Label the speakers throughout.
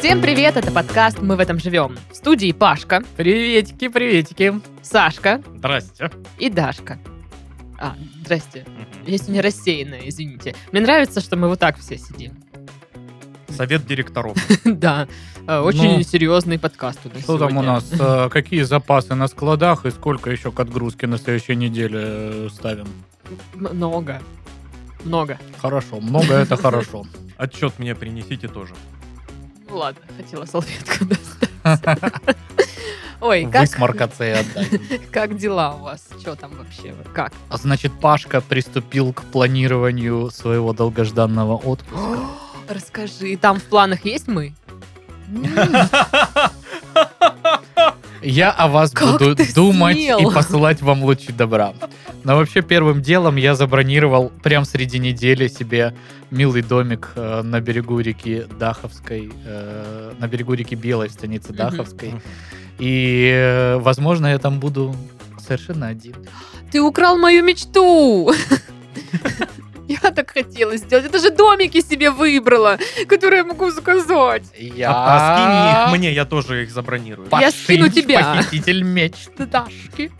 Speaker 1: это подкаст «Мы в этом живем». В студии Пашка,
Speaker 2: Приветики, приветики.
Speaker 1: Сашка
Speaker 2: Здрасте.
Speaker 1: и Дашка. А, здрасте. Я сегодня рассеянная, извините. Мне нравится, что мы вот так все сидим.
Speaker 2: Совет директоров.
Speaker 1: Да, э, очень
Speaker 3: Ну,
Speaker 1: серьезный подкаст у нас
Speaker 3: Что там у
Speaker 1: сегодня.
Speaker 3: нас? э, Какие запасы на складах и сколько еще к отгрузке на следующей неделе э, ставим?
Speaker 1: М- Много. Много.
Speaker 3: Хорошо, много это хорошо.
Speaker 2: Отчет мне принесите тоже.
Speaker 1: Ну ладно, хотела салфетку достать. Ой, как,
Speaker 3: Высморкаться и отдать.
Speaker 1: как дела у вас? Что там вообще? Вы Как?
Speaker 3: А Значит, Пашка приступил к планированию своего долгожданного отпуска.
Speaker 1: Расскажи, там в планах есть мы?
Speaker 3: Я о вас
Speaker 1: Как
Speaker 3: буду
Speaker 1: ты
Speaker 3: думать
Speaker 1: смел?
Speaker 3: и посылать вам лучи добра. Но вообще первым делом я забронировал прям среди недели себе милый домик э, на берегу реки Даховской, э, на берегу реки Белой в станице
Speaker 1: Мгм.
Speaker 3: Даховской. И, э, возможно, я там буду совершенно один.
Speaker 1: Ты украл мою мечту! Я так хотела сделать. Это же домики себе выбрала, которые я могу заказать.
Speaker 3: Я...
Speaker 2: А а скинь их мне, я тоже их забронирую.
Speaker 1: Па- Я скину тебя.
Speaker 3: Похититель меч.
Speaker 1: Ты Дашки.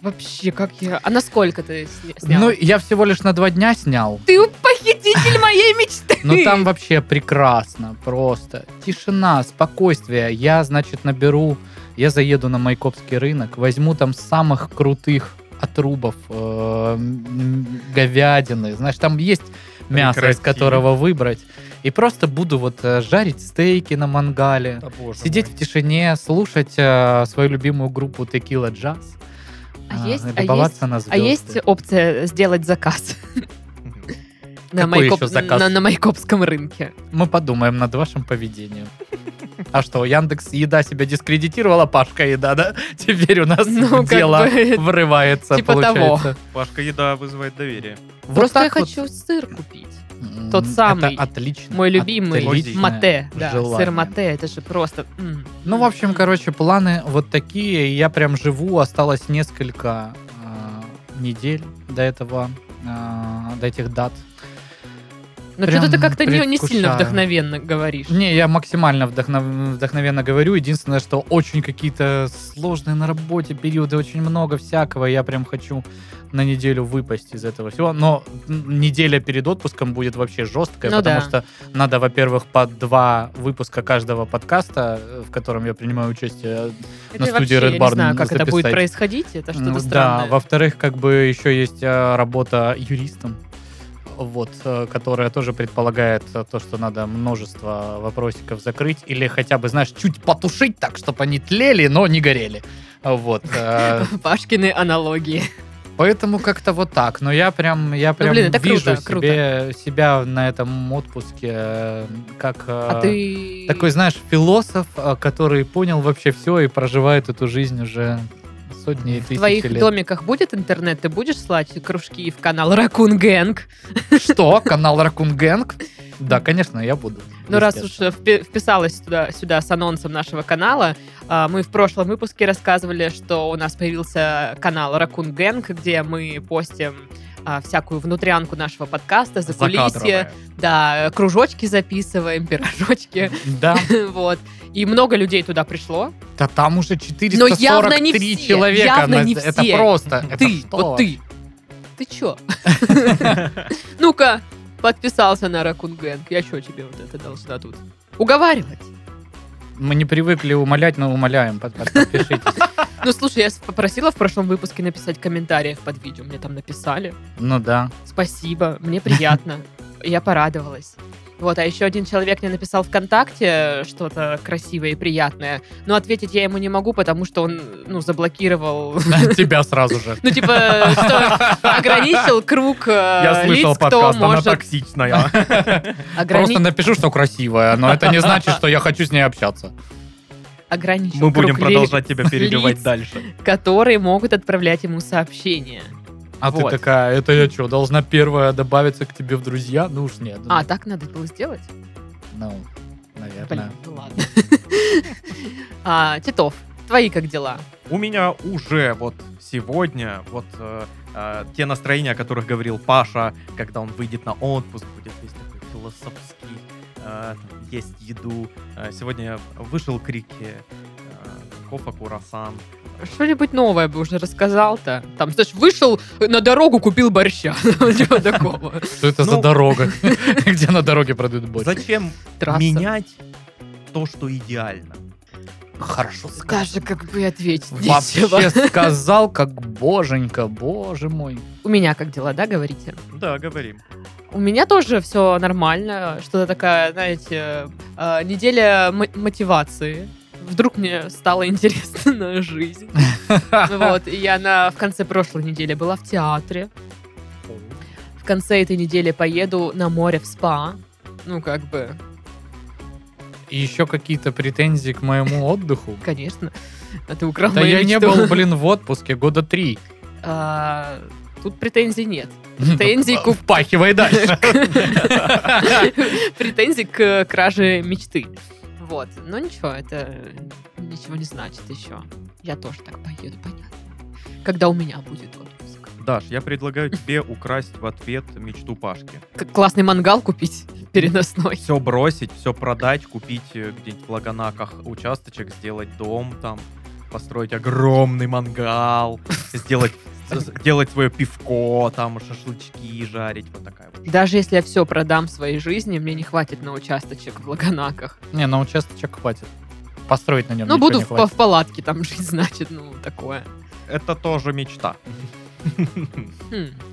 Speaker 1: Вообще, как я... А насколько ты сня- снял?
Speaker 3: Ну, я всего лишь на два дня снял.
Speaker 1: Ты похититель моей мечты!
Speaker 3: Ну там вообще прекрасно, просто. Тишина, спокойствие. Я, значит, наберу, я заеду на Майкопский рынок, возьму там самых крутых отрубов э, м, говядины. Знаешь, там есть мясо, из
Speaker 2: Прекрати.
Speaker 3: которого выбрать. И просто буду вот э, жарить стейки на мангале, сидеть в тишине, слушать э, свою любимую группу Текила Джаз.
Speaker 1: А
Speaker 3: э,
Speaker 1: есть- а
Speaker 3: любоваться на
Speaker 1: А
Speaker 3: звезды.
Speaker 1: есть опция сделать заказ на,
Speaker 3: Какой
Speaker 1: Майкоп-
Speaker 3: еще заказ?
Speaker 1: на- на Майкопском рынке?
Speaker 3: Мы подумаем над вашим поведением. А что, Яндекс Еда себя дискредитировала, Пашка Еда, да? Теперь у нас
Speaker 1: Ну,
Speaker 3: в
Speaker 1: как
Speaker 3: дело
Speaker 1: бы,
Speaker 3: врывается,
Speaker 1: типа
Speaker 3: получается.
Speaker 2: Пашка еда вызывает доверие.
Speaker 3: Вот
Speaker 1: Просто я
Speaker 3: так вот.
Speaker 1: хочу сыр купить.
Speaker 3: М,
Speaker 1: тот
Speaker 3: это
Speaker 1: самый,
Speaker 3: отлично.
Speaker 1: Мой любимый
Speaker 3: отличное
Speaker 1: мате. Да, сыр
Speaker 3: желание.
Speaker 1: мате, это же просто... м.
Speaker 3: Ну, в общем, короче, планы вот такие. Я прям живу. Осталось несколько э, недель до этого, э, до этих дат.
Speaker 1: Ну,
Speaker 3: Прям
Speaker 1: что-то ты как-то не, не сильно
Speaker 3: предвкушаю.
Speaker 1: вдохновенно говоришь.
Speaker 3: Не, я максимально вдохнов- вдохновенно говорю. Единственное, что очень какие-то сложные на работе периоды, очень много всякого. Я прям хочу на неделю выпасть из этого всего. Но м, неделя перед отпуском будет вообще жесткая,
Speaker 1: Ну
Speaker 3: потому
Speaker 1: да.
Speaker 3: что надо, во-первых, по два выпуска каждого подкаста, э, в котором я принимаю участие.
Speaker 1: Это
Speaker 3: на
Speaker 1: я
Speaker 3: студии
Speaker 1: вообще,
Speaker 3: Red
Speaker 1: я
Speaker 3: Barn
Speaker 1: не знаю, как это будет
Speaker 3: записать.
Speaker 1: происходить, это что-то
Speaker 3: М, Да,
Speaker 1: странное.
Speaker 3: во-вторых, как бы еще есть э, работа юристом. Вот, э, которая тоже предполагает э, то, что надо множество вопросиков закрыть или хотя бы, знаешь, чуть потушить так, чтобы они тлели, но не горели. Вот. э,
Speaker 1: Пашкины аналогии.
Speaker 3: Поэтому как-то вот так. Но я прям, я
Speaker 1: Ну,
Speaker 3: прям
Speaker 1: блин, это
Speaker 3: вижу
Speaker 1: круто, круто.
Speaker 3: себе, себя на этом отпуске э, как
Speaker 1: А
Speaker 3: э,
Speaker 1: ты...
Speaker 3: такой, знаешь, философ, э, который понял вообще все и проживает эту жизнь уже сотни и
Speaker 1: в
Speaker 3: тысячи
Speaker 1: твоих
Speaker 3: лет.
Speaker 1: домиках будет интернет? Ты будешь слать кружки в канал Ракун Гэнг?
Speaker 3: Что? Канал Ракун Гэнг? Да, конечно, я буду.
Speaker 1: Ну, раз уж
Speaker 3: Естественно.
Speaker 1: впи- вписалась туда, сюда с анонсом нашего канала, а, мы в прошлом выпуске рассказывали, что у нас появился канал Ракун Гэнг, где мы постим а, всякую внутрянку нашего подкаста, за
Speaker 3: Закадровая.
Speaker 1: да, э, кружочки записываем, пирожочки,
Speaker 3: Да,
Speaker 1: вот. И много людей туда пришло.
Speaker 3: да там уже
Speaker 1: Но явно не
Speaker 3: 443
Speaker 1: все,
Speaker 3: человека.
Speaker 1: явно
Speaker 3: на-
Speaker 1: не
Speaker 3: Это
Speaker 1: все.
Speaker 3: просто. это
Speaker 1: ты,
Speaker 3: что?
Speaker 1: вот ты. Ты чё? Ну-ка, подписался на Ракун Гэнг. Я чё тебе вот это должна тут? Уговаривать.
Speaker 3: Мы не привыкли умолять, но умоляем. Под- под- Подпишитесь.
Speaker 1: Ну, слушай, я с- попросила в прошлом выпуске написать комментариев под видео. Мне там написали.
Speaker 3: Ну да.
Speaker 1: Спасибо, мне приятно. Я порадовалась. Вот, а еще один человек мне написал ВКонтакте что-то красивое и приятное, но ответить я ему не могу, потому что он, ну, заблокировал
Speaker 3: Тебя сразу же.
Speaker 1: Ну, типа, что ограничил круг э,
Speaker 2: Я слышал
Speaker 1: лиц, кто
Speaker 2: подкаст, она
Speaker 1: может
Speaker 2: токсичная.
Speaker 1: ограни-
Speaker 3: Просто напишу, что красивая, но это не значит, что я хочу с ней общаться.
Speaker 1: ограничил
Speaker 2: Мы будем
Speaker 1: круг ли-
Speaker 2: продолжать тебя перебивать
Speaker 1: лиц.
Speaker 2: дальше.
Speaker 1: которые могут отправлять ему сообщения.
Speaker 3: А
Speaker 1: Вот.
Speaker 3: ты такая, это я что, должна первая добавиться к тебе в друзья? Ну уж нет.
Speaker 1: А, так надо было сделать?
Speaker 3: Ну,
Speaker 1: Блин,
Speaker 3: наверное.
Speaker 1: ну ладно. А, Титов, твои как дела?
Speaker 2: У меня уже вот сегодня вот э, э, те настроения, о которых говорил Паша, когда он выйдет на отпуск, будет весь такой философский, э, э, там, есть еду. Э, сегодня вышел крики, э, кофа курасан.
Speaker 1: Что-нибудь новое бы уже рассказал-то. Там, знаешь, вышел на дорогу, купил борща. Ну, Типа такого.
Speaker 3: Что это за
Speaker 2: Ну.
Speaker 3: дорога? Где на дороге продают борщ?
Speaker 2: Зачем
Speaker 1: Трасса.
Speaker 2: менять то, что идеально?
Speaker 3: Хорошо
Speaker 1: Скажи, как бы ответить нечего.
Speaker 3: Вообще сказал, как боженька, боже мой.
Speaker 1: У меня как дела, да, говорите?
Speaker 2: Да, говорим.
Speaker 1: У меня тоже все нормально. Что-то такая, знаете, э, неделя м- мотивации. Вдруг мне стало интересно на жизнь. Вот, и я на, в конце прошлой недели была в театре. В конце этой недели поеду на море в спа. Ну, как бы,
Speaker 3: И еще какие-то претензии к моему отдыху?
Speaker 1: конечно. А ты украл
Speaker 3: Да
Speaker 1: мою
Speaker 3: я не
Speaker 1: мечту.
Speaker 3: был, блин, в отпуске года три.
Speaker 1: А, Тут претензий нет. Претензий
Speaker 3: Ну,
Speaker 1: к
Speaker 3: Впахивай дальше.
Speaker 1: претензий к краже мечты. Вот. Но ничего, это ничего не значит еще. Я тоже так поеду, понятно. Когда у меня будет отпуск.
Speaker 2: Даш, я предлагаю тебе украсть в ответ мечту Пашки.
Speaker 1: Как классный мангал купить переносной.
Speaker 2: Все бросить, все продать, купить э, где-нибудь в Лаганаках участочек, сделать дом там, построить огромный мангал, сделать с- делать свое пивко, там шашлычки жарить, вот такая вот.
Speaker 1: Даже если я все продам своей жизни, мне не хватит на участочек в Лаганаках.
Speaker 3: Не, на участочек хватит. Построить на нем
Speaker 1: Ну,
Speaker 3: ничего
Speaker 1: буду
Speaker 3: не
Speaker 1: в,
Speaker 3: хватит.
Speaker 1: в палатке там жить, значит, ну, такое.
Speaker 2: Это тоже мечта.
Speaker 1: Хм,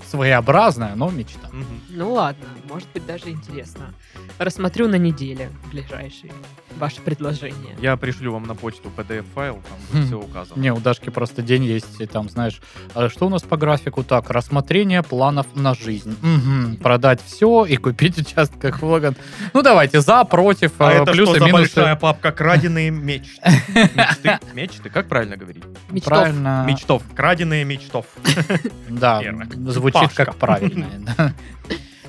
Speaker 3: Своеобразная, но мечта.
Speaker 2: Мгм.
Speaker 1: ну ладно, может быть, даже интересно. Рассмотрю на неделе ближайшие ваши предложения.
Speaker 2: Я пришлю вам на почту PDF-файл, там
Speaker 3: Хм.
Speaker 2: все указано.
Speaker 3: Не, у Дашки просто день есть, и там, знаешь, «А что у нас по графику? Так, рассмотрение планов на жизнь. Мгм, Продать все и купить участок в Логан. Ну, давайте, за, против,
Speaker 2: А
Speaker 3: э,
Speaker 2: это что
Speaker 3: плюсы,
Speaker 2: за большая
Speaker 3: минусы.
Speaker 2: папка? Краденые мечты. Мечты? Мечты? Как правильно говорить?
Speaker 1: Мечтов.
Speaker 3: Правильно.
Speaker 2: Мечтов. Краденые мечтов.
Speaker 3: Да,
Speaker 2: Первое.
Speaker 3: звучит
Speaker 2: Пашка.
Speaker 3: как правильно.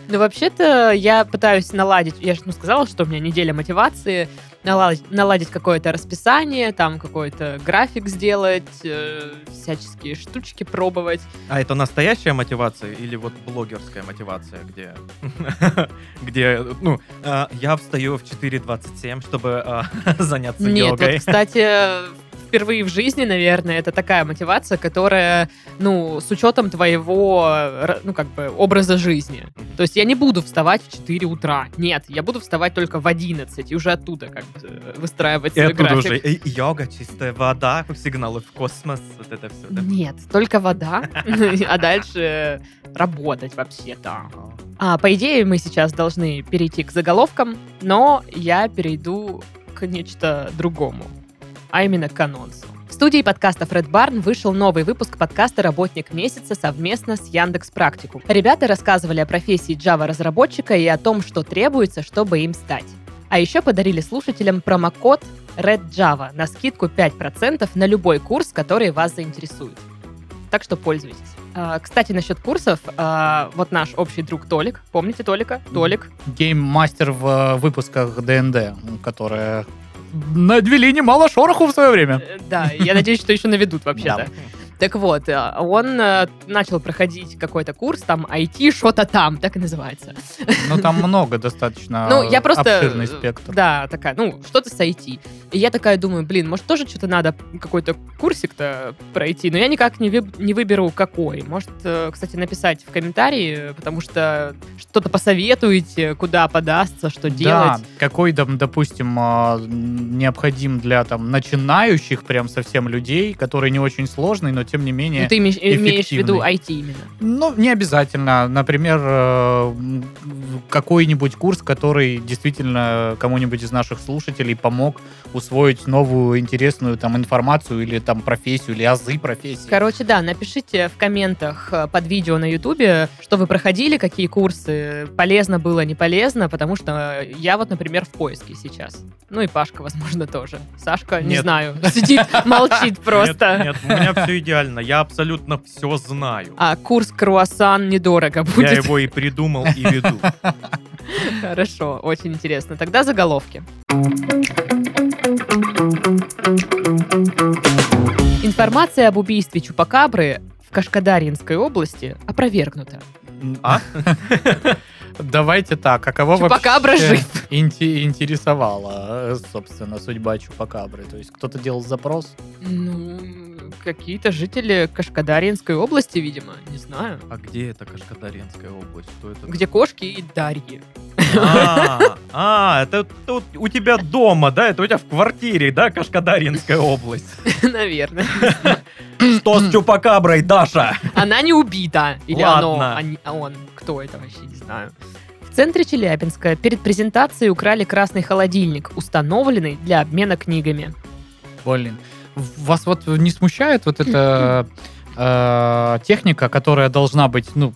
Speaker 1: Ну, вообще-то, я пытаюсь наладить, я же ну, сказала, что у меня неделя мотивации, наладить, наладить какое-то расписание, там какой-то график сделать, э, всяческие штучки пробовать.
Speaker 2: А это настоящая мотивация или вот блогерская мотивация, где... Где, ну, э, я встаю в 4.27, чтобы э, заняться
Speaker 1: Нет, вот,
Speaker 2: йогой.
Speaker 1: кстати, впервые в жизни, наверное, это такая мотивация, которая, ну, с учетом твоего, р- ну, как бы, образа жизни. То есть я не буду вставать в 4 утра. Нет, я буду вставать только в 11 и уже оттуда как бы э, выстраивать
Speaker 2: И
Speaker 1: свой
Speaker 2: оттуда
Speaker 1: график.
Speaker 2: уже и- йога, чистая вода, сигналы в космос, вот это все, да?
Speaker 1: Нет, только вода, а дальше работать вообще-то. А, по идее, мы сейчас должны перейти к заголовкам, но я перейду к нечто другому, а именно к анонсу. В студии подкаста Фред Барн вышел новый выпуск подкаста «Работник месяца» совместно с Яндекс Практику. Ребята рассказывали о профессии Java-разработчика и о том, что требуется, чтобы им стать. А еще подарили слушателям промокод Red Java на скидку 5% на любой курс, который вас заинтересует. Так что пользуйтесь. А, Кстати, насчет курсов, а, вот наш общий друг Толик, помните Толика? Толик.
Speaker 3: Гейммастер в э, выпусках ДНД, которая навели немало шороху в свое время.
Speaker 1: Э, Да, я надеюсь, что еще наведут
Speaker 3: Да.
Speaker 1: вообще-то. Так вот, э, он э, начал проходить какой-то курс, там, IT, что-то там, так и называется.
Speaker 3: Ну, там много достатно
Speaker 1: Ну, я просто...
Speaker 3: А, обширный
Speaker 1: э,
Speaker 3: спектр.
Speaker 1: Да, такая, ну, что-то с IT. И я такая думаю, блин, может, тоже что-то надо, какой-то курсик-то пройти, но я никак не, выб- не выберу, какой. Может, э, кстати, написать в комментарии, потому что что-то посоветуете, куда подастся, что делать.
Speaker 3: Да, какой, там, допустим, а, м, необходим для там начинающих прям совсем людей, который не очень сложный, но тем не менее...
Speaker 1: Ну, ты име- имеешь в виду
Speaker 3: эффективный.
Speaker 1: IT именно.
Speaker 3: Ну, не обязательно. Например, э, м, какой-нибудь курс, который действительно кому-нибудь из наших слушателей помог усвоить новую интересную там информацию или там профессию, или азы профессии.
Speaker 1: Короче, да, напишите в комментах э, под видео на Ютубе, что вы проходили, какие курсы, полезно было, не полезно, потому что э, я вот, например, в поиске сейчас. Ну и Пашка, возможно, тоже. Сашка, не
Speaker 2: Нет.
Speaker 1: знаю, сидит, молчит
Speaker 2: Нет,
Speaker 1: просто.
Speaker 2: нет, у меня все идеально, я абсолютно все знаю.
Speaker 1: А курс круассан недорого
Speaker 2: Я
Speaker 1: будет.
Speaker 2: его и придумал, и веду. А
Speaker 1: Хорошо, очень интересно. Тогда заголовки. Информация об убийстве Чупакабры в Кашкадаринской области опровергнута.
Speaker 2: А?
Speaker 3: А? Давайте так, а кого
Speaker 1: Чупакабра
Speaker 3: вообще
Speaker 1: жив.
Speaker 3: инте- интересовала, э, собственно, судьба Чупакабры? То есть кто-то делал запрос?
Speaker 1: Ну, какие-то жители Кашкадаринской области, видимо, не знаю.
Speaker 2: А где это Кашкадаренская область? Что это?
Speaker 1: Где кошки и дарьи.
Speaker 2: А, а, это тут у тебя дома, да? Это у тебя в квартире, да, Кашкадаринская область?
Speaker 1: Наверное.
Speaker 2: Что с Чупакаброй, Даша?
Speaker 1: Она не убита. Или
Speaker 2: Ладно.
Speaker 1: оно, а не- а он. Кто это вообще, не знаю. В центре Челябинска перед презентацией украли красный холодильник, установленный для обмена книгами.
Speaker 3: Блин, в- вас вот не смущает вот эта э, техника, которая должна быть, ну,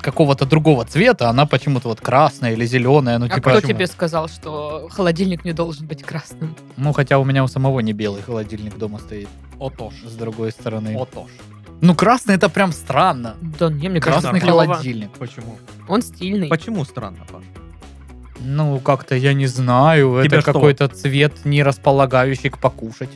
Speaker 3: какого-то другого цвета, она почему-то вот красная или зеленая, ну,
Speaker 1: А
Speaker 3: типа...
Speaker 1: кто
Speaker 3: почему?
Speaker 1: тебе сказал, что холодильник не должен быть красным?
Speaker 3: Ну, хотя у меня у самого не белый холодильник дома стоит,
Speaker 2: Отош.
Speaker 3: с другой стороны.
Speaker 2: Отош.
Speaker 3: Ну, красный это прям странно.
Speaker 1: Да не, мне кажется,
Speaker 3: Красный
Speaker 1: клёво.
Speaker 3: холодильник.
Speaker 2: Почему?
Speaker 1: Он стильный.
Speaker 2: Почему странно, Паш?
Speaker 3: Ну, как-то я не знаю.
Speaker 2: Тебе
Speaker 3: это
Speaker 2: что?
Speaker 3: какой-то цвет, не располагающий к покушать.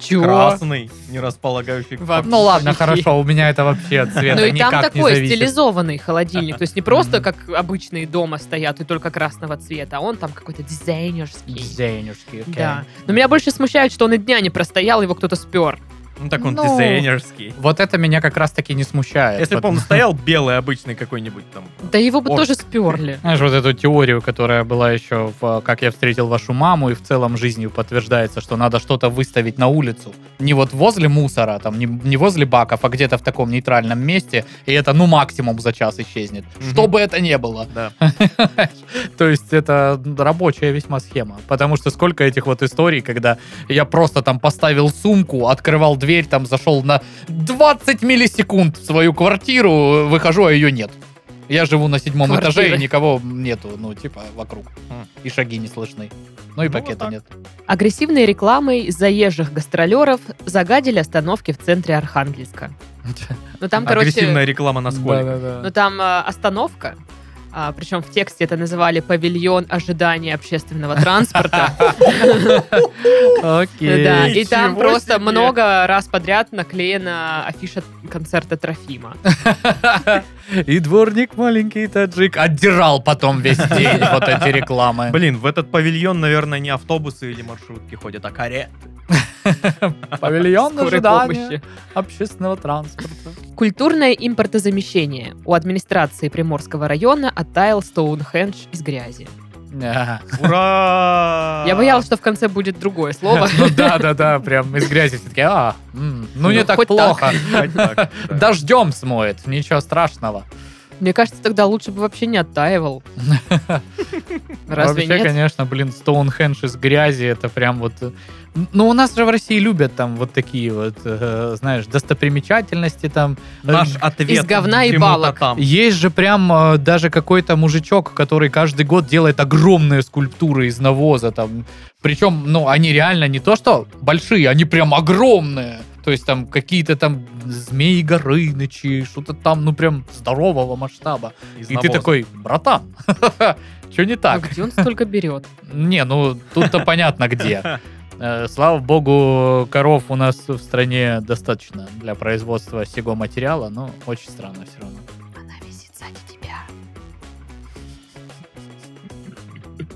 Speaker 1: Чего?
Speaker 2: Красный, не располагающий к
Speaker 1: Во-
Speaker 2: факту.
Speaker 3: Ну ладно,
Speaker 1: Нифига.
Speaker 3: хорошо, у меня это вообще от цвета
Speaker 1: Ну и там
Speaker 3: Э, никак не
Speaker 1: такой
Speaker 3: зависит.
Speaker 1: стилизованный холодильник. То есть не просто
Speaker 3: Мгм.
Speaker 1: как обычные дома стоят и только красного цвета, а он там какой-то дизайнерский.
Speaker 3: Дизайнерский, окей.
Speaker 1: Да. Но меня больше смущает, что он и дня не простоял, его кто-то спер.
Speaker 2: Ну так он
Speaker 3: Ну.
Speaker 2: дизайнерский.
Speaker 3: Вот это меня как раз-таки не смущает.
Speaker 2: Если бы
Speaker 3: Вот,
Speaker 2: он стоял белый обычный какой-нибудь там.
Speaker 1: Да его бы
Speaker 2: Ой.
Speaker 1: тоже сперли.
Speaker 3: Знаешь, вот эту теорию, которая была еще в э, «Как я встретил вашу маму» и в целом жизнью подтверждается, что надо что-то выставить на улицу. Не вот возле мусора, там, не, не возле баков, а где-то в таком нейтральном месте, и это ну максимум за час исчезнет.
Speaker 2: Мгм.
Speaker 3: Что бы это ни было.
Speaker 2: Да.
Speaker 3: То есть это рабочая весьма схема. Потому что сколько этих вот историй, когда я просто там поставил сумку, открывал дверь, там зашел на 20 миллисекунд в свою квартиру, выхожу, а ее нет. Я живу на седьмом
Speaker 1: Квартира.
Speaker 3: этаже, и никого нету, ну, типа, вокруг.
Speaker 2: М.
Speaker 3: И шаги не слышны. Ну и
Speaker 2: Ну, вот
Speaker 3: пакета
Speaker 2: так.
Speaker 3: нет.
Speaker 1: Агрессивной рекламой заезжих гастролеров загадили остановки в центре Архангельска. Ну там, короче,
Speaker 2: Агрессивная реклама на сколько?
Speaker 1: Ну там э, остановка, а, причем в тексте это называли павильон ожидания общественного транспорта.
Speaker 3: Окей.
Speaker 1: Да, и
Speaker 2: Ничего
Speaker 1: там просто
Speaker 2: себе.
Speaker 1: много раз подряд наклеена афиша концерта Трофима.
Speaker 3: И дворник маленький таджик отдирал потом весь день вот эти рекламы.
Speaker 2: Блин, в этот павильон, наверное, не автобусы или маршрутки ходят, а каре.
Speaker 3: Павильон
Speaker 1: Скорой помощи.
Speaker 3: общественного транспорта.
Speaker 1: Культурное импортозамещение. У администрации Приморского района оттаял Стоунхендж из грязи.
Speaker 2: Ура!
Speaker 3: А.
Speaker 1: Я боялась, что в конце будет другое слово.
Speaker 3: Ну да, да, да, прям из грязи все-таки. А, м, ну не
Speaker 1: Ну,
Speaker 3: так
Speaker 1: хоть
Speaker 3: плохо.
Speaker 2: Хоть так, да.
Speaker 3: Дождем смоет, ничего страшного.
Speaker 1: Мне кажется, тогда лучше бы вообще не оттаивал. Разве
Speaker 3: А Вообще,
Speaker 1: нет?
Speaker 3: конечно, блин, Стоунхендж из грязи, это прям вот... э, Ну, у нас же в России любят там вот такие вот, э, знаешь, достопримечательности там.
Speaker 2: Наш ответ
Speaker 1: Из говна и
Speaker 2: чему-то
Speaker 1: балок.
Speaker 2: там.
Speaker 3: Есть же прям э, даже какой-то мужичок, который каждый год делает огромные скульптуры из навоза там. Причем, ну, они реально не то что большие, они прям огромные. То есть там какие-то там змеи Горынычи, что-то там, ну, прям здорового масштаба.
Speaker 2: Из
Speaker 3: И ты
Speaker 2: навоза.
Speaker 3: такой, братан, что не
Speaker 1: Ну
Speaker 3: так?
Speaker 1: Где он столько берет?
Speaker 3: Не, ну, тут-то понятно где. Э, Слава богу, коров у нас в стране достаточно для производства всего материала, но очень странно все равно.
Speaker 1: Она висит сзади тебя.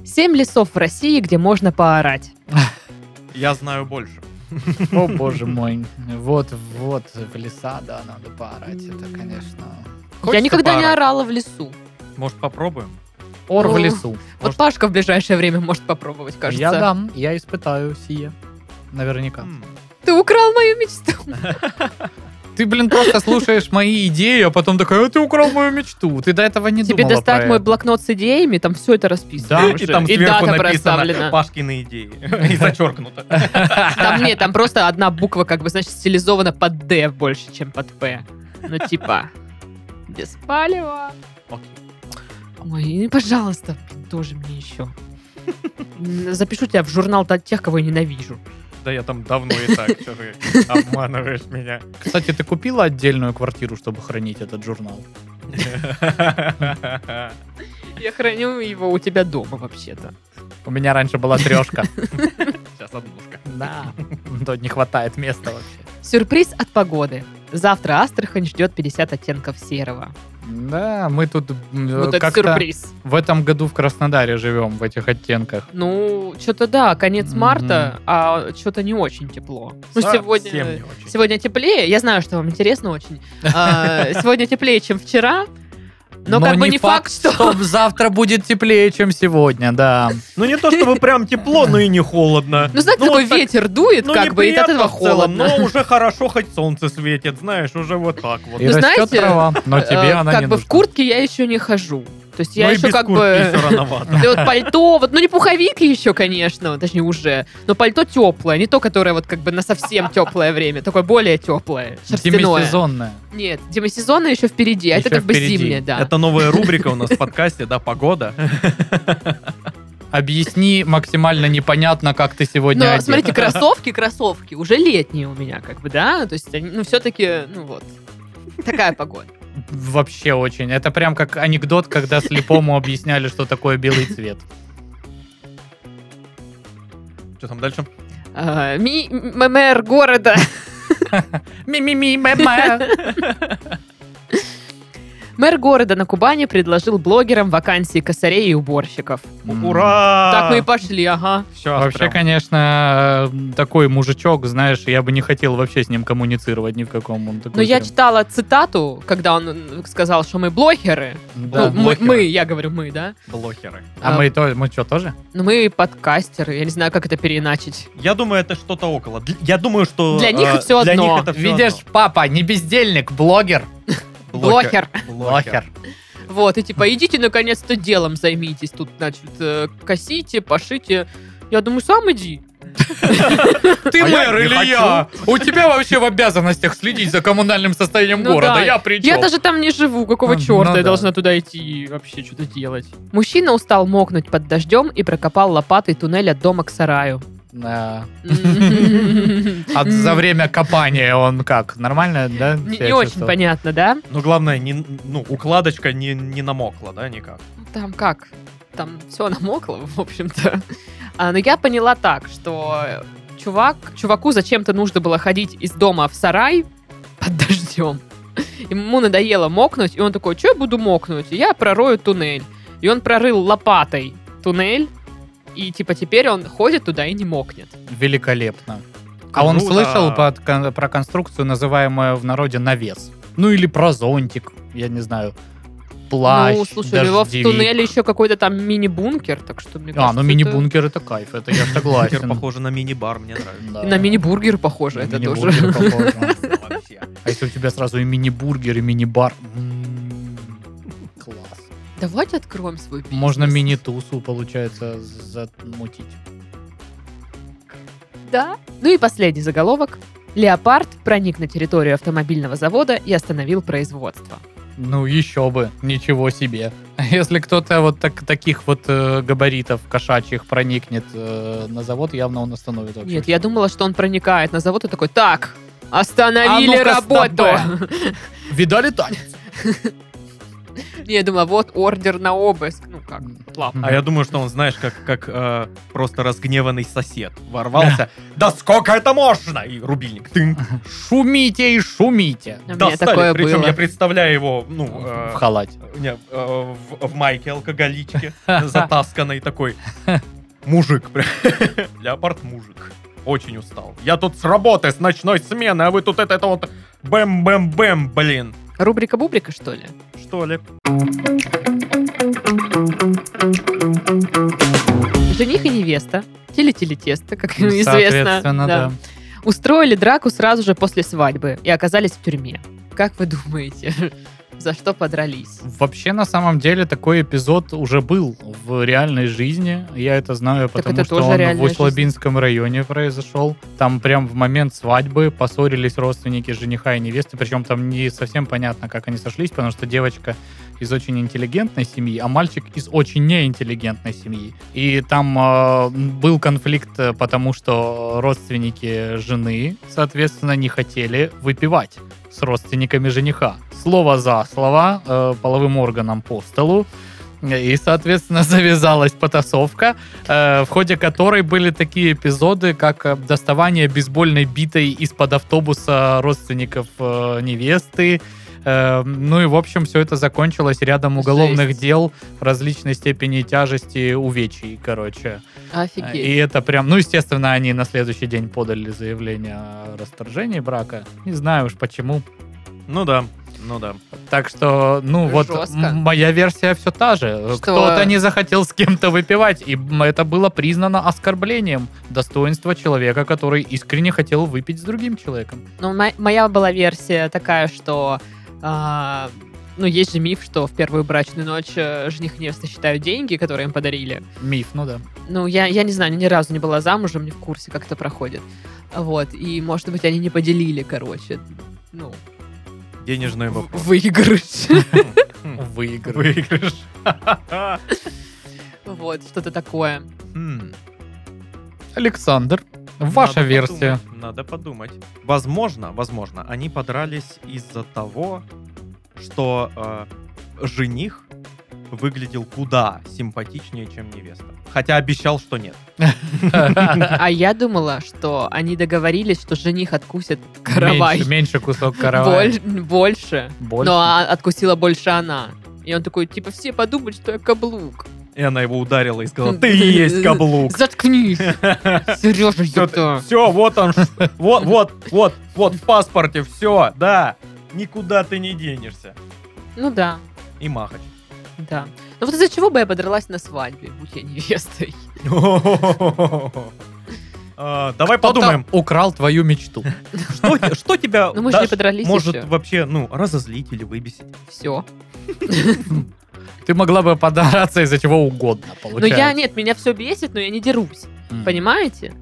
Speaker 1: Семь лесов в России, где можно поорать.
Speaker 2: Я знаю больше.
Speaker 3: О, боже мой. Вот, вот, в леса, да, надо поорать, это, конечно.
Speaker 1: Я
Speaker 3: Хочется
Speaker 1: никогда не
Speaker 3: поорать?
Speaker 1: орала в лесу.
Speaker 2: Может, попробуем?
Speaker 3: Ор в
Speaker 1: Ну,
Speaker 3: лесу.
Speaker 1: Вот Пашка в ближайшее время может попробовать, кажется.
Speaker 3: Я дам, я испытаю сие. Наверняка.
Speaker 2: М.
Speaker 1: Ты украл мою мечту.
Speaker 3: Ты, блин, просто слушаешь мои идеи, а потом такой, «А ты украл мою мечту. Ты до этого не
Speaker 1: Тебе
Speaker 3: думала
Speaker 1: достать
Speaker 3: про
Speaker 1: мой
Speaker 3: это».
Speaker 1: блокнот с идеями, там все это расписано.
Speaker 3: Да,
Speaker 1: уже.
Speaker 2: И там
Speaker 1: И
Speaker 2: сверху
Speaker 1: дата
Speaker 2: написано
Speaker 1: проставлена.
Speaker 2: Пашкины идеи. И зачеркнуто.
Speaker 1: Там нет, там просто одна буква, как бы, значит, стилизована под Д больше, чем под П. Ну, типа, без палева.
Speaker 2: Окей.
Speaker 1: Ой, ну, пожалуйста, тоже мне еще. М, Запишу тебя в журнал та- тех, кого я ненавижу.
Speaker 2: Да я там давно и так. что ты Обманываешь меня.
Speaker 3: Кстати, ты купила отдельную квартиру, чтобы хранить этот журнал?
Speaker 1: Я храню его у тебя дома, вообще-то.
Speaker 3: У меня раньше была трешка.
Speaker 2: Сейчас однушка.
Speaker 3: Да. Да, не хватает места вообще.
Speaker 1: Сюрприз от погоды. Завтра Астрахань ждет 50 оттенков серого.
Speaker 3: Да, мы тут м,
Speaker 2: Э,
Speaker 1: Вот это
Speaker 3: как-то
Speaker 1: сюрприз.
Speaker 3: в этом году в Краснодаре живем, в этих оттенках.
Speaker 1: Ну, что-то да, конец
Speaker 3: Мгм.
Speaker 1: марта, а что-то не очень тепло. Ну,
Speaker 2: Совсем
Speaker 1: сегодня...
Speaker 2: не очень.
Speaker 1: Сегодня теплее, я знаю, что вам интересно очень. А, Сегодня теплее, чем вчера. Но, как бы не факт, что...
Speaker 3: завтра будет теплее, чем сегодня, да.
Speaker 2: Ну не то чтобы прям тепло, но и не холодно.
Speaker 1: Ну, знаете,
Speaker 2: Ну,
Speaker 1: такой
Speaker 2: вот так,
Speaker 1: ветер дует,
Speaker 2: ну,
Speaker 1: как бы, и от
Speaker 2: неприятно
Speaker 1: этого
Speaker 2: в целом,
Speaker 1: холодно.
Speaker 2: Но уже хорошо, хоть солнце светит, знаешь, уже вот так вот.
Speaker 3: И
Speaker 1: Ну,
Speaker 3: растет
Speaker 1: знаете,
Speaker 3: трава,
Speaker 2: А
Speaker 3: но тебе
Speaker 1: Э,
Speaker 3: она
Speaker 1: как
Speaker 3: не
Speaker 1: бы в
Speaker 3: нужна.
Speaker 1: куртке я еще не хожу. То есть я
Speaker 2: Ну и
Speaker 1: еще
Speaker 2: без
Speaker 1: как
Speaker 2: куртки
Speaker 1: бы...
Speaker 2: всё рановато.
Speaker 1: Да вот пальто, вот, ну не пуховик еще, конечно, точнее уже, но пальто теплое, не то, которое вот как бы на совсем теплое время, такое более теплое, шерстяное.
Speaker 3: Демисезонная.
Speaker 1: Нет, демисезонное еще впереди, а это
Speaker 3: Ещё
Speaker 1: как бы
Speaker 3: впереди.
Speaker 1: зимнее, да.
Speaker 2: Это новая рубрика у нас в подкасте, да, погода.
Speaker 3: Объясни максимально непонятно, как ты сегодня
Speaker 1: Но
Speaker 3: одет.
Speaker 1: смотрите, кроссовки, кроссовки уже летние у меня, как бы, да, то есть они, ну все-таки, ну вот, такая погода.
Speaker 3: Вообще очень. Это прям как анекдот, когда слепому объясняли, что такое белый цвет.
Speaker 2: Что там дальше?
Speaker 1: А, ми- м- Мэр города
Speaker 3: Ми-ми-ми-мэ-мэ.
Speaker 1: Мэр города на Кубани предложил блогерам вакансии косарей и уборщиков.
Speaker 3: М. А.
Speaker 2: Ура!
Speaker 1: Так мы и пошли, ага.
Speaker 2: Все,
Speaker 3: Вообще, конечно, э, такой мужичок, знаешь, я бы не хотел вообще с ним коммуницировать ни в каком. Он такой
Speaker 1: Но Ну, я
Speaker 3: прям-
Speaker 1: читала цитату, когда он м, сказал, что мы блогеры.
Speaker 3: Да.
Speaker 1: Ну, мы, мы, я говорю мы, да?
Speaker 2: блохеры.
Speaker 3: А мы то, мы что, тоже?
Speaker 1: Ну, мы подкастеры, я не знаю, как это переиначить.
Speaker 2: Я думаю, это что-то около. Дл- Я думаю, что...
Speaker 1: Для них
Speaker 2: э,
Speaker 1: всё ну.
Speaker 2: для
Speaker 1: одно.
Speaker 2: них это всё
Speaker 3: Видишь, папа, не бездельник, блогер.
Speaker 2: одно.
Speaker 1: Блогер.
Speaker 2: Блохер.
Speaker 3: Блогер.
Speaker 1: Вот, и типа, идите, наконец-то, делом займитесь. Тут, значит, э, косите, пошите. Я думаю, сам иди.
Speaker 3: Ты
Speaker 2: А я
Speaker 3: мэр
Speaker 2: не
Speaker 3: или
Speaker 2: хочу.
Speaker 3: я? У тебя вообще в обязанностях следить за коммунальным состоянием
Speaker 1: Ну
Speaker 3: города.
Speaker 1: да.
Speaker 3: Я при
Speaker 1: Я
Speaker 3: чём?
Speaker 1: даже там не живу, какого
Speaker 3: Хм,
Speaker 1: черта
Speaker 3: ну
Speaker 1: я
Speaker 3: да.
Speaker 1: должна туда идти и вообще что-то делать. Мужчина устал мокнуть под дождем и прокопал лопатой туннель от дома к сараю.
Speaker 3: Да. А за
Speaker 1: Не
Speaker 3: время копания он как? Нормально, да? себя
Speaker 1: не очень
Speaker 3: чувствовал?
Speaker 1: понятно, да?
Speaker 2: Но главное, не, ну, укладочка не, не намокла, да, никак.
Speaker 1: Ну, Там как? Там все намокло, в общем-то. А, но я поняла так, что чувак, чуваку зачем-то нужно было ходить из дома в сарай под дождем. Ему надоело мокнуть, и он такой, что я буду мокнуть? Я пророю туннель. И он прорыл лопатой туннель, и типа теперь он ходит туда и не мокнет.
Speaker 3: Великолепно. А он
Speaker 2: Круто.
Speaker 3: слышал под кон- про конструкцию, называемую в народе навес? Ну или про зонтик, я не знаю. Плащ,
Speaker 1: ну, слушай, у него в
Speaker 3: дождевик.
Speaker 1: туннеле еще какой-то там мини-бункер, так что мне
Speaker 3: А,
Speaker 1: кажется,
Speaker 3: ну мини-бункер это кайф, это я
Speaker 2: Блохер
Speaker 3: согласен.
Speaker 2: похоже на мини-бар, мне нравится.
Speaker 1: это- На мини-бургер похоже, это тоже.
Speaker 3: тоже.
Speaker 2: Вообще.
Speaker 3: А если у тебя сразу и мини-бургер, и мини-бар?
Speaker 2: М-м-м.
Speaker 3: М, Класс.
Speaker 1: Давайте откроем свой бизнес.
Speaker 3: Можно мини-тусу, получается, замутить.
Speaker 1: Да. Ну и последний заголовок. Леопард проник на территорию автомобильного завода и остановил производство.
Speaker 3: Ну, еще бы, ничего себе. Если кто-то вот так, таких вот э, габаритов кошачьих проникнет э, на завод, явно он остановит вообще.
Speaker 1: Нет, я думала, что он проникает на завод и такой, так, остановили
Speaker 3: А ну-ка,
Speaker 1: работу.
Speaker 3: стопэ. Видали танец?
Speaker 1: Не, я думала, вот ордер на обыск. Ну как, ладно.
Speaker 2: А я думаю, что он, знаешь, как, как э, просто разгневанный сосед ворвался. Да сколько это можно? И рубильник. Тынк.
Speaker 3: Шумите и шумите.
Speaker 1: У меня
Speaker 2: Достали.
Speaker 1: такое
Speaker 2: Причем
Speaker 1: было.
Speaker 2: я представляю его, ну, э,
Speaker 3: В халате.
Speaker 2: не, э, в, в майке алкоголичке, затасканной такой. Мужик. прям. Леопард мужик. Очень устал. Я тут с работы, с ночной смены, а вы тут это, это вот бэм-бэм-бэм, блин.
Speaker 1: Рубрика Бубрика, что ли?
Speaker 2: Что ли?
Speaker 1: Жених и невеста, теле-телетесто, как известно,
Speaker 3: Соответственно, да.
Speaker 1: устроили драку сразу же после свадьбы и оказались в тюрьме. Как вы думаете, за что подрались?
Speaker 3: Вообще, на самом деле, такой эпизод уже был в реальной жизни. Я это знаю, потому
Speaker 1: это
Speaker 3: что
Speaker 1: тоже
Speaker 3: он в
Speaker 1: реальная
Speaker 3: Усть-Лабинском районе произошел. Там прям в момент свадьбы поссорились родственники жениха и невесты. Причем там не совсем понятно, как они сошлись, потому что девочка из очень интеллигентной семьи, а мальчик из очень неинтеллигентной семьи. И там э, был конфликт, э, потому что родственники жены, соответственно, не хотели выпивать с родственниками жениха. Слово за слово, э, половым органом по столу. И, соответственно, завязалась потасовка, э, в ходе которой были такие эпизоды, как э, доставание бейсбольной битой из-под автобуса родственников э, невесты, Э, Ну и, в общем, все это закончилось рядом уголовных
Speaker 1: Жесть.
Speaker 3: дел различной степени тяжести увечий, короче. И
Speaker 1: Офигеть.
Speaker 3: это прям... Ну, естественно, они на следующий день подали заявление о расторжении брака. Не знаю уж почему.
Speaker 2: Ну да, ну да.
Speaker 3: Так что, ну вот,
Speaker 1: Жестко.
Speaker 3: м- моя версия все та же.
Speaker 1: Что-
Speaker 3: Кто-то не захотел с кем-то выпивать, и м, это было признано оскорблением достоинства человека, который искренне хотел выпить с другим человеком.
Speaker 1: Ну, мо- моя была версия такая, что... а, ну, есть же миф, что в первую брачную ночь э, жених и невеста считают деньги, которые им подарили.
Speaker 3: Миф, ну да.
Speaker 1: Ну, я, я не знаю, ни разу не была замужем, не в курсе, как это проходит. Вот, и, может быть, они не поделили, короче, ну,
Speaker 2: Денежный
Speaker 1: в-
Speaker 2: вопрос.
Speaker 1: выигрыш.
Speaker 2: Хм.
Speaker 3: Выигрыш.
Speaker 2: Выигрыш.
Speaker 1: Вот, что-то такое.
Speaker 2: Хм.
Speaker 3: Александр, ваша
Speaker 2: Надо
Speaker 3: версия.
Speaker 2: подумать, Надо подумать. Возможно, возможно, они подрались из-за того, что э, жених выглядел куда симпатичнее, чем невеста. Хотя обещал, что нет.
Speaker 1: А я думала, что они договорились, что жених откусит каравай.
Speaker 3: Меньше, меньше кусок каравая.
Speaker 1: Боль- Больше.
Speaker 3: Больше.
Speaker 1: Но а- откусила больше она. И он такой, типа, все подумают, что я каблук.
Speaker 2: И она его ударила и сказала, ты и есть каблук.
Speaker 1: Заткнись, Сережа, ёпта.
Speaker 2: Все, вот он, ш- вот, вот, вот, вот в паспорте, все, да. Никуда ты не денешься.
Speaker 1: Ну да,
Speaker 2: И махач.
Speaker 1: да. Ну вот из-за чего бы я подралась на свадьбе, будь я невестой?
Speaker 2: А, Давай
Speaker 3: Кто-то
Speaker 2: подумаем,
Speaker 3: украл твою мечту.
Speaker 2: что те- что тебя
Speaker 1: Ну мы же не
Speaker 2: даже
Speaker 1: подрались
Speaker 2: может
Speaker 1: еще.
Speaker 2: вообще, ну, разозлить или выбесить.
Speaker 1: Все.
Speaker 3: Ты могла бы подраться из-за чего угодно,
Speaker 1: Но Ну, я,
Speaker 3: получается.
Speaker 1: нет, меня все бесит, но я не дерусь.
Speaker 3: М.
Speaker 1: Понимаете?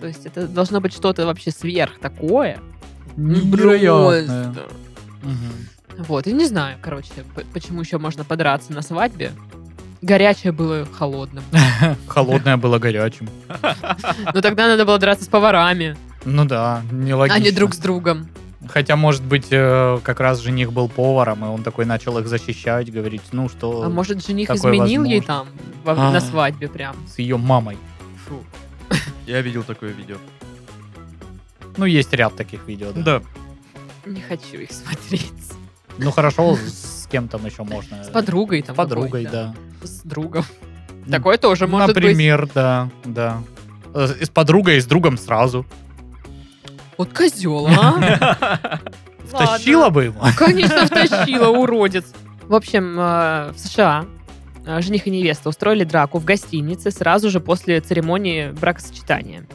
Speaker 1: То есть это должно быть что-то вообще сверх такое.
Speaker 3: Невероятное.
Speaker 1: Просто.
Speaker 3: Мгм.
Speaker 1: Вот, и не знаю, короче, п- почему еще можно подраться на свадьбе. Горячее было холодным.
Speaker 3: Холодное было горячим.
Speaker 1: Но тогда надо было драться с поварами,
Speaker 3: Ну да, нелогично.
Speaker 1: а не друг с другом.
Speaker 3: Хотя, может быть, э, как раз жених был поваром, и он такой начал их защищать, говорить, ну что
Speaker 1: А может, жених
Speaker 3: такое
Speaker 1: изменил ей
Speaker 3: возможно.
Speaker 1: там во- на
Speaker 3: А.
Speaker 1: свадьбе прям.
Speaker 3: с ее мамой.
Speaker 1: Фу.
Speaker 2: Я видел такое видео.
Speaker 3: Ну, есть ряд таких видео, да.
Speaker 2: Да.
Speaker 1: Не хочу их смотреть.
Speaker 3: Ну хорошо, с кем там еще можно?
Speaker 1: С подругой
Speaker 3: С
Speaker 1: там.
Speaker 3: подругой,
Speaker 1: какой-то.
Speaker 3: да.
Speaker 1: С другом. Такое тоже может быть.
Speaker 3: Например, да, да. Э, С подругой и с другом сразу.
Speaker 1: Вот козел, а?
Speaker 3: Тащила бы ему.
Speaker 1: Конечно, втащила, уродец. В общем, э, в США э, жених и невеста устроили драку в гостинице сразу же после церемонии бракосочетания.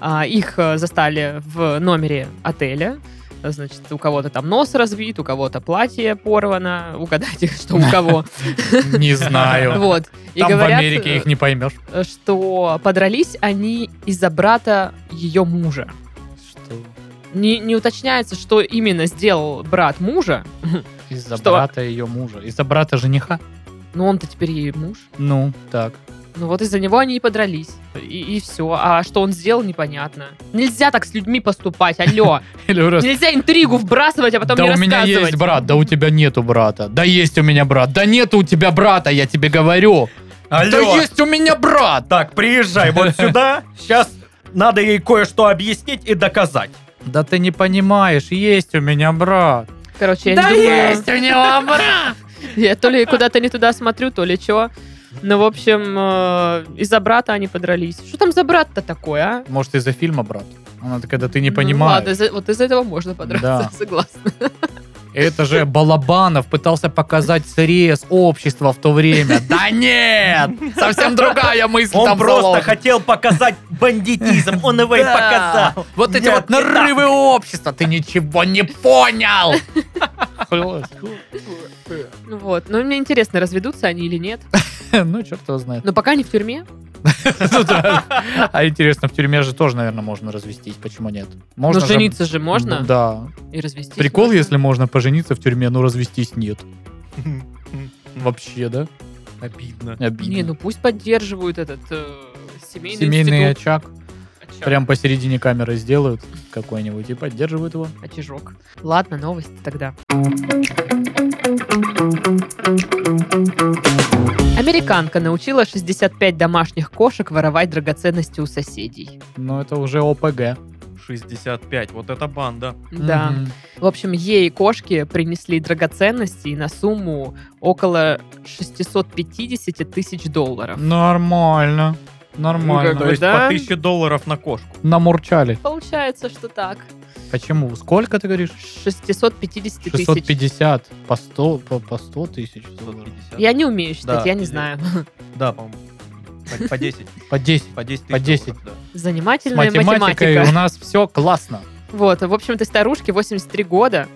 Speaker 1: А, Их э, застали в номере отеля. Э, Значит, у кого-то там нос разбит, у кого-то платье порвано. Угадайте, что у кого.
Speaker 3: Не знаю.
Speaker 1: Вот. И
Speaker 3: Там в
Speaker 1: говорят,
Speaker 3: Америке их не поймешь.
Speaker 1: э, что подрались они из-за брата ее мужа.
Speaker 3: Что?
Speaker 1: Не, не уточняется, что именно сделал брат мужа.
Speaker 3: Из-за
Speaker 1: Что?
Speaker 3: брата ее мужа. Из-за брата жениха?
Speaker 1: Но он-то теперь ей муж.
Speaker 3: Ну, так.
Speaker 1: Ну вот из-за него они и подрались. И, все. А что он сделал, непонятно. Нельзя так с людьми поступать, алло.
Speaker 3: Или раз-
Speaker 1: Нельзя интригу вбрасывать, а потом
Speaker 3: да
Speaker 1: не
Speaker 3: у меня
Speaker 1: рассказывать.
Speaker 3: есть брат, да у тебя нету брата. Да есть у меня брат, да нету у тебя брата, я тебе говорю. Да есть у меня брат.
Speaker 2: Так, приезжай вот сюда. Сейчас надо ей кое-что объяснить и доказать.
Speaker 3: Да ты не понимаешь, есть у меня брат.
Speaker 1: Короче, я
Speaker 3: да
Speaker 1: не думаю,
Speaker 3: есть у него брат.
Speaker 1: я то ли куда-то не туда смотрю, то ли что. Ну, в общем, э, из-за брата они подрались. Что там за брат-то такой, а?
Speaker 3: Может, из-за фильма брат? Она такая, да ты не
Speaker 1: Ну,
Speaker 3: понимаешь.
Speaker 1: ладно, из-за- вот из-за этого можно подраться,
Speaker 3: Да.
Speaker 1: согласна.
Speaker 3: Это же Балабанов пытался показать срез общества в то время. Да нет! Совсем другая мысль
Speaker 2: Он
Speaker 3: там
Speaker 2: просто
Speaker 3: заложена.
Speaker 2: хотел показать бандитизм. Он его и
Speaker 3: Да.
Speaker 2: показал.
Speaker 3: Вот эти
Speaker 2: Нет,
Speaker 3: вот нарывы общества, ты ничего не понял!
Speaker 1: Ну Вот. Ну, мне интересно, разведутся они или нет.
Speaker 3: Ну, черт его знает.
Speaker 1: Но пока они в тюрьме.
Speaker 3: Ну да. А интересно, в тюрьме же тоже, наверное, можно развестись. Почему нет?
Speaker 1: Но
Speaker 3: Можно же-
Speaker 1: жениться же можно.
Speaker 3: Ну Да.
Speaker 1: И развестись.
Speaker 3: Прикол,
Speaker 1: можно.
Speaker 3: если можно пожениться в тюрьме, но развестись нет.
Speaker 2: Вот
Speaker 3: Вообще, да?
Speaker 2: Обидно.
Speaker 1: Не,
Speaker 3: Обидно.
Speaker 1: ну пусть поддерживают этот э, семейный,
Speaker 3: Семейный
Speaker 1: институт.
Speaker 3: очаг.
Speaker 1: Очаг.
Speaker 3: Прям посередине камеры сделают какой-нибудь и поддерживают его.
Speaker 1: Очажок. Ладно, новости тогда. Американка научила 65 домашних кошек воровать драгоценности у соседей.
Speaker 3: Но это уже ОПГ.
Speaker 2: 65. Вот это банда.
Speaker 1: Да.
Speaker 3: Мгм.
Speaker 1: В общем, ей и кошки принесли драгоценности на сумму около 650 тысяч долларов.
Speaker 3: Нормально.
Speaker 1: Ну,
Speaker 3: Нормально.
Speaker 1: как
Speaker 2: То
Speaker 1: бы,
Speaker 2: есть
Speaker 1: да.
Speaker 2: по 1000 долларов на кошку.
Speaker 3: Намурчали.
Speaker 1: Получается, что так.
Speaker 3: Почему? Сколько ты говоришь?
Speaker 1: 650 тысяч.
Speaker 3: 650 по 100, по, по 100 тысяч долларов.
Speaker 2: 150.
Speaker 1: Я не умею считать,
Speaker 2: Да,
Speaker 1: я не
Speaker 2: или-
Speaker 1: знаю.
Speaker 2: Да, по-моему. По- По 10.
Speaker 3: По 10.
Speaker 2: По 10
Speaker 3: По 10.
Speaker 2: тысяч долларов,
Speaker 3: С
Speaker 1: Занимательная
Speaker 3: математикой
Speaker 1: математика.
Speaker 3: у нас все классно.
Speaker 1: Вот, а, в общем, этой старушке 83 года.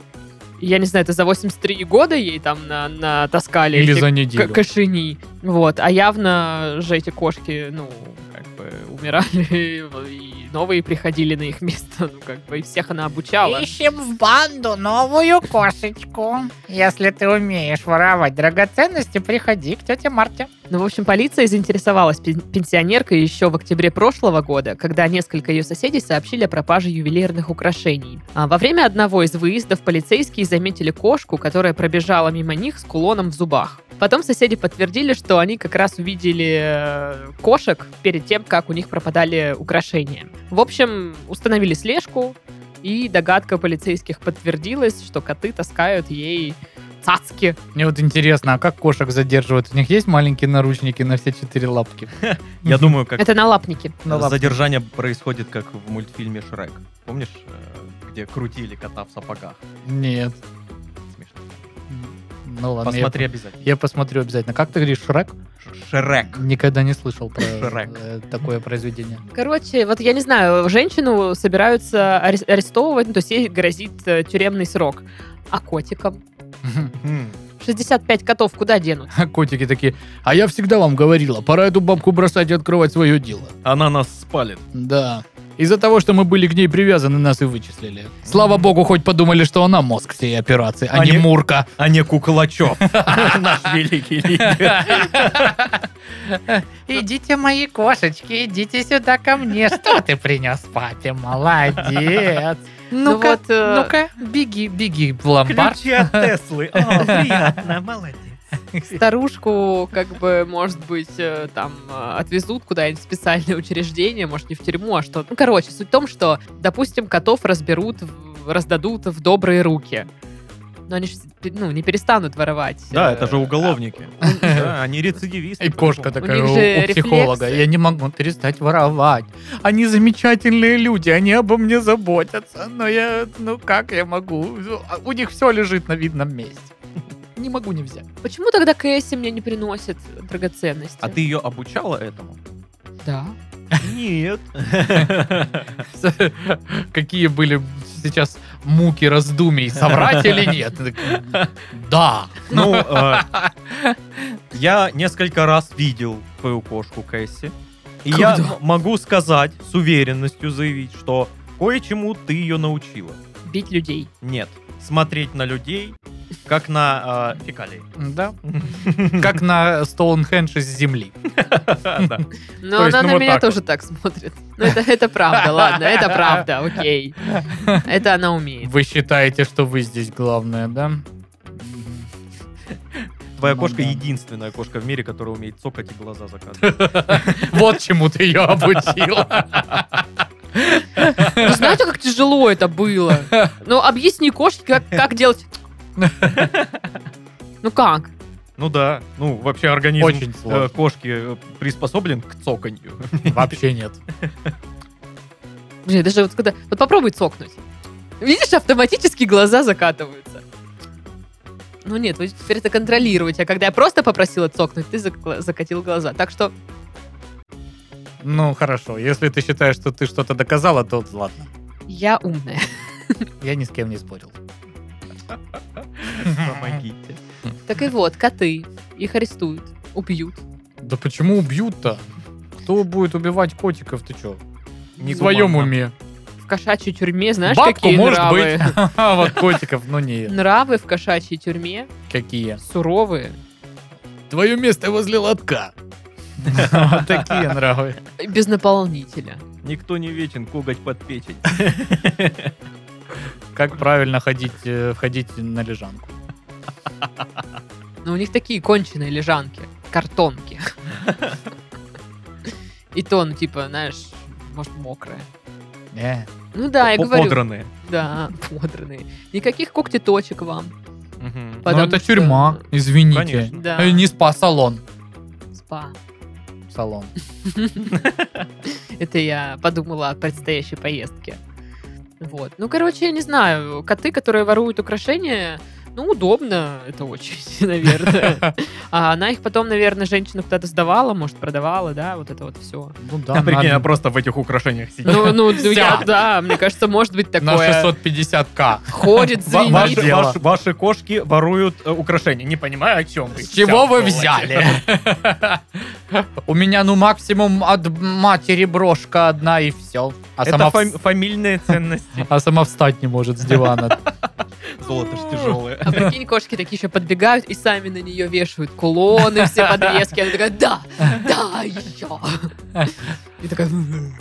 Speaker 1: Я не знаю, это за 83 года ей там на- натаскали
Speaker 3: Или
Speaker 1: эти
Speaker 3: за
Speaker 1: к-
Speaker 3: неделю.
Speaker 1: кошени. Вот, а явно же эти кошки, ну, как бы умирали, и новые приходили на их место, ну, как бы, и всех она обучала.
Speaker 4: Ищем в банду новую кошечку. Если ты умеешь воровать драгоценности, приходи к тете Марте.
Speaker 1: Ну, в общем, полиция заинтересовалась пен- пенсионеркой еще в октябре прошлого года, когда несколько ее соседей сообщили о пропаже ювелирных украшений. А во время одного из выездов полицейские заметили кошку, которая пробежала мимо них с кулоном в зубах. Потом соседи подтвердили, что они как раз увидели э, кошек перед тем, как у них пропадали украшения. В общем, установили слежку, и догадка полицейских подтвердилась, что коты таскают ей цацки.
Speaker 3: Мне вот интересно, а как кошек задерживают? У них есть маленькие наручники на все четыре лапки?
Speaker 2: Я думаю, как
Speaker 1: Это налапники.
Speaker 3: На лапки.
Speaker 2: задержание происходит, как в мультфильме Шрек. Помнишь, э, где крутили кота в сапогах?
Speaker 3: Нет.
Speaker 2: Смешно.
Speaker 3: Ну ладно. я-
Speaker 2: Посмотри обязательно.
Speaker 3: Я посмотрю обязательно. Как ты говоришь, Шрек?
Speaker 2: Ш- Шрек.
Speaker 3: Никогда не слышал про
Speaker 2: Шрек.
Speaker 3: э, такое произведение.
Speaker 1: Короче, вот я не знаю, женщину собираются арес- арестовывать, ну, то есть ей грозит э, тюремный срок. А котикам?
Speaker 2: М.
Speaker 1: 65 котов куда денут?
Speaker 3: А котики такие, а я всегда вам говорила, пора эту бабку бросать и открывать свое дело.
Speaker 2: Она нас спалит.
Speaker 3: Да. Из-за того, что мы были к ней привязаны, нас и вычислили. Слава богу, хоть подумали, что она мозг всей операции, а,
Speaker 2: А
Speaker 3: не
Speaker 2: не-
Speaker 3: Мурка.
Speaker 2: А не Куклачев. Наш великий лидер.
Speaker 4: Идите, мои кошечки, идите сюда ко мне. Что ты принес папе? Молодец. Ну-ка,
Speaker 1: вот, э,
Speaker 4: ну-ка.
Speaker 3: Беги, беги в ломбард.
Speaker 2: от Теслы. О, приятно, молодец.
Speaker 1: Старушку, как бы, может быть, э, там э, отвезут куда-нибудь в специальное учреждение, может, не в тюрьму, а что. Ну, короче, суть в том, что, допустим, котов разберут, в- раздадут в добрые руки. Но они же ну, не перестанут воровать.
Speaker 2: Да,
Speaker 1: э,
Speaker 2: это же уголовники. Да, Они рецидивисты.
Speaker 3: И кошка такая
Speaker 1: них
Speaker 3: у,
Speaker 1: же
Speaker 3: у психолога.
Speaker 1: рефлексы.
Speaker 3: Я не могу перестать воровать. Они замечательные люди, они обо мне заботятся. Но я, ну как я могу? У них все лежит на видном месте. Не могу не взять.
Speaker 1: Почему тогда Кэсси мне не приносит драгоценности?
Speaker 2: А ты ее обучала этому?
Speaker 1: Да.
Speaker 2: Нет.
Speaker 3: Какие были сейчас муки раздумий, соврать или нет? Да.
Speaker 2: Ну, э, я несколько раз видел твою кошку, Кэсси. И я
Speaker 3: Круто.
Speaker 2: м- могу сказать, с уверенностью заявить, что кое-чему ты ее научила.
Speaker 1: Бить людей.
Speaker 2: Нет. Смотреть на людей, как на э, фекалии.
Speaker 3: Да. Как на Стоунхендж из земли.
Speaker 2: Да.
Speaker 1: Но
Speaker 3: То есть,
Speaker 1: она
Speaker 3: ну,
Speaker 1: на
Speaker 3: вот
Speaker 1: меня
Speaker 3: так
Speaker 1: тоже так смотрит. Ну, это, это правда, ладно, это правда, окей. Это она умеет.
Speaker 3: Вы считаете, что вы здесь главное, да?
Speaker 2: Твоя
Speaker 3: Ну
Speaker 2: кошка
Speaker 3: да.
Speaker 2: единственная кошка в мире, которая умеет цокать и глаза закатывать.
Speaker 3: Вот чему ты ее обучила.
Speaker 1: Вы Ну, знаете, как тяжело это было? Ну, объясни кошке, как, как делать... Ну как?
Speaker 2: Ну да, ну вообще организм
Speaker 3: Очень
Speaker 2: э,
Speaker 3: сложно.
Speaker 2: кошки э, приспособлен к цоканью.
Speaker 3: Вообще нет.
Speaker 1: Блин, даже вот когда... Вот попробуй цокнуть. Видишь, автоматически глаза закатываются. Ну нет, вы теперь это контролируете. А когда я просто попросила цокнуть, ты зак- закатил глаза. Так что
Speaker 3: Ну, хорошо. Если ты считаешь, что ты что-то доказала, то ладно.
Speaker 1: я умная.
Speaker 3: Я ни с кем не спорил.
Speaker 2: Помогите.
Speaker 1: Так и вот, коты. Их арестуют, убьют.
Speaker 3: Да почему убьют-то? Кто будет убивать котиков? Ты че?
Speaker 2: Не
Speaker 3: в своем
Speaker 2: гуманно.
Speaker 3: уме.
Speaker 1: в кошачьей тюрьме, знаешь,
Speaker 3: Бабку,
Speaker 1: какие
Speaker 3: может
Speaker 1: нравы?
Speaker 3: быть. А вот котиков, ну не.
Speaker 1: Нравы в кошачьей тюрьме
Speaker 3: Какие?
Speaker 1: суровые.
Speaker 3: Твое место возле лотка. Вот Такие нравы.
Speaker 1: Без наполнителя.
Speaker 2: Никто не вечен, коготь под печень.
Speaker 3: Как правильно ходить, э, входить на лежанку?
Speaker 1: Но у них такие конченые лежанки. Картонки. И то, ну, типа, знаешь, может, мокрое.
Speaker 3: Э,
Speaker 1: Ну да, я
Speaker 2: По-
Speaker 1: говорю.
Speaker 2: подранные.
Speaker 1: Да, подранные. Никаких когтеточек вам.
Speaker 2: Мгм.
Speaker 1: По- потому
Speaker 3: ну, это
Speaker 1: что-
Speaker 3: тюрьма, извините.
Speaker 2: Конечно.
Speaker 1: Да.
Speaker 3: Э, Не спа-салон.
Speaker 1: Спа.
Speaker 3: Салон.
Speaker 1: Это я подумала о предстоящей поездке. Вот. Ну, короче, я не знаю. Коты, которые воруют украшения, ну, удобно это очень, наверное. А она их потом, наверное, женщину куда-то сдавала, может, продавала, да, вот это вот все.
Speaker 3: Ну да,
Speaker 2: А прикинь,
Speaker 3: на-
Speaker 2: она просто в этих украшениях сидит.
Speaker 1: Ну, ну, я,
Speaker 3: Вся.
Speaker 1: да, мне кажется, может быть
Speaker 3: на
Speaker 1: такое.
Speaker 3: 650к.
Speaker 1: Ходит,
Speaker 2: Ва- Ваши,
Speaker 1: звенит.
Speaker 3: дело.
Speaker 2: Ну, ваш- ваши кошки воруют э, украшения. Не понимаю, о чем ты.
Speaker 3: С чего вы
Speaker 2: Всё,
Speaker 3: взяли? У меня, ну, максимум от матери брошка одна и все. А
Speaker 2: Это
Speaker 3: сама
Speaker 2: фами-
Speaker 3: вс-
Speaker 2: фамильные ценности.
Speaker 3: а сама встать не может с дивана.
Speaker 2: Золото ж тяжелое.
Speaker 1: А прикинь, кошки такие еще подбегают и сами на нее вешают кулоны, все подвески. Она такая, да, да, еще. И такая, «М-м».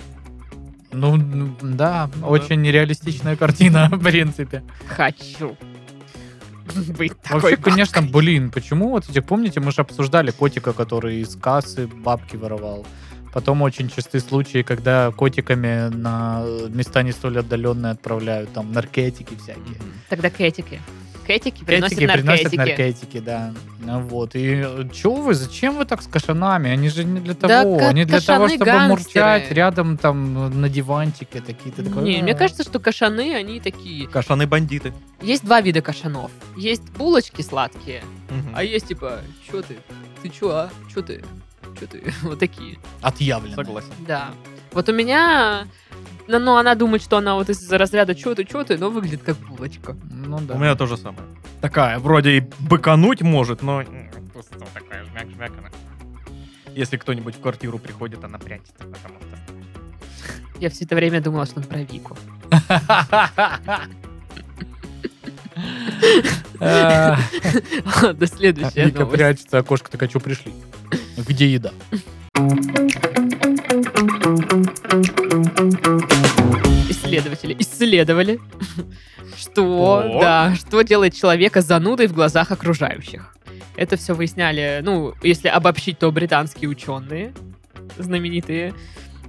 Speaker 3: Ну, ну, да, очень нереалистичная картина, в принципе.
Speaker 1: хочу быть такой.
Speaker 3: Вообще, конечно, блин, почему вот эти, помните, мы же обсуждали котика, который из кассы бабки воровал. Потом очень часты случаи, когда котиками на места не столь отдаленные отправляют, там, наркотики всякие.
Speaker 1: Тогда кэтики. Кэтики приносят
Speaker 3: Наркотики приносят
Speaker 1: наркотики.
Speaker 3: наркотики, да. Ну вот. И чего вы, зачем вы так с кошанами? Они же не для
Speaker 1: Да,
Speaker 3: того.
Speaker 1: ка-
Speaker 3: Они для того,
Speaker 1: кошаны
Speaker 3: чтобы
Speaker 1: гангстеры.
Speaker 3: мурчать рядом там на диванчике такие. Ты такой,
Speaker 1: Не,
Speaker 3: «А».
Speaker 1: мне кажется, что кашаны, они такие.
Speaker 2: Кашаны-бандиты.
Speaker 1: Есть два вида кашанов. Есть булочки сладкие,
Speaker 2: Мгм.
Speaker 1: а есть типа, чё ты? Ты чё, а? Чё ты? Чё ты? Вот такие.
Speaker 3: Отъявлено.
Speaker 2: Согласен.
Speaker 1: Да. Вот у меня... Ну, ну, она думает, что она вот из разряда чё ты, чё ты, но выглядит как булочка.
Speaker 3: Ну да.
Speaker 2: У меня то же самое. Такая, вроде и быкануть может, но... м, просто вот такая жмяк-жмяк она. Если кто-нибудь в квартиру приходит, она прячется, потому что...
Speaker 1: Я все это время думала, что он про Вику.
Speaker 3: Э,
Speaker 1: До следующей
Speaker 3: Вика
Speaker 1: новости.
Speaker 3: прячется, а кошка такая, что пришли? Где еда?
Speaker 1: исследователи исследовали, что,
Speaker 2: Так.
Speaker 1: да, что делает человека занудой в глазах окружающих. Это все выясняли, ну, если обобщить, то британские ученые, знаменитые.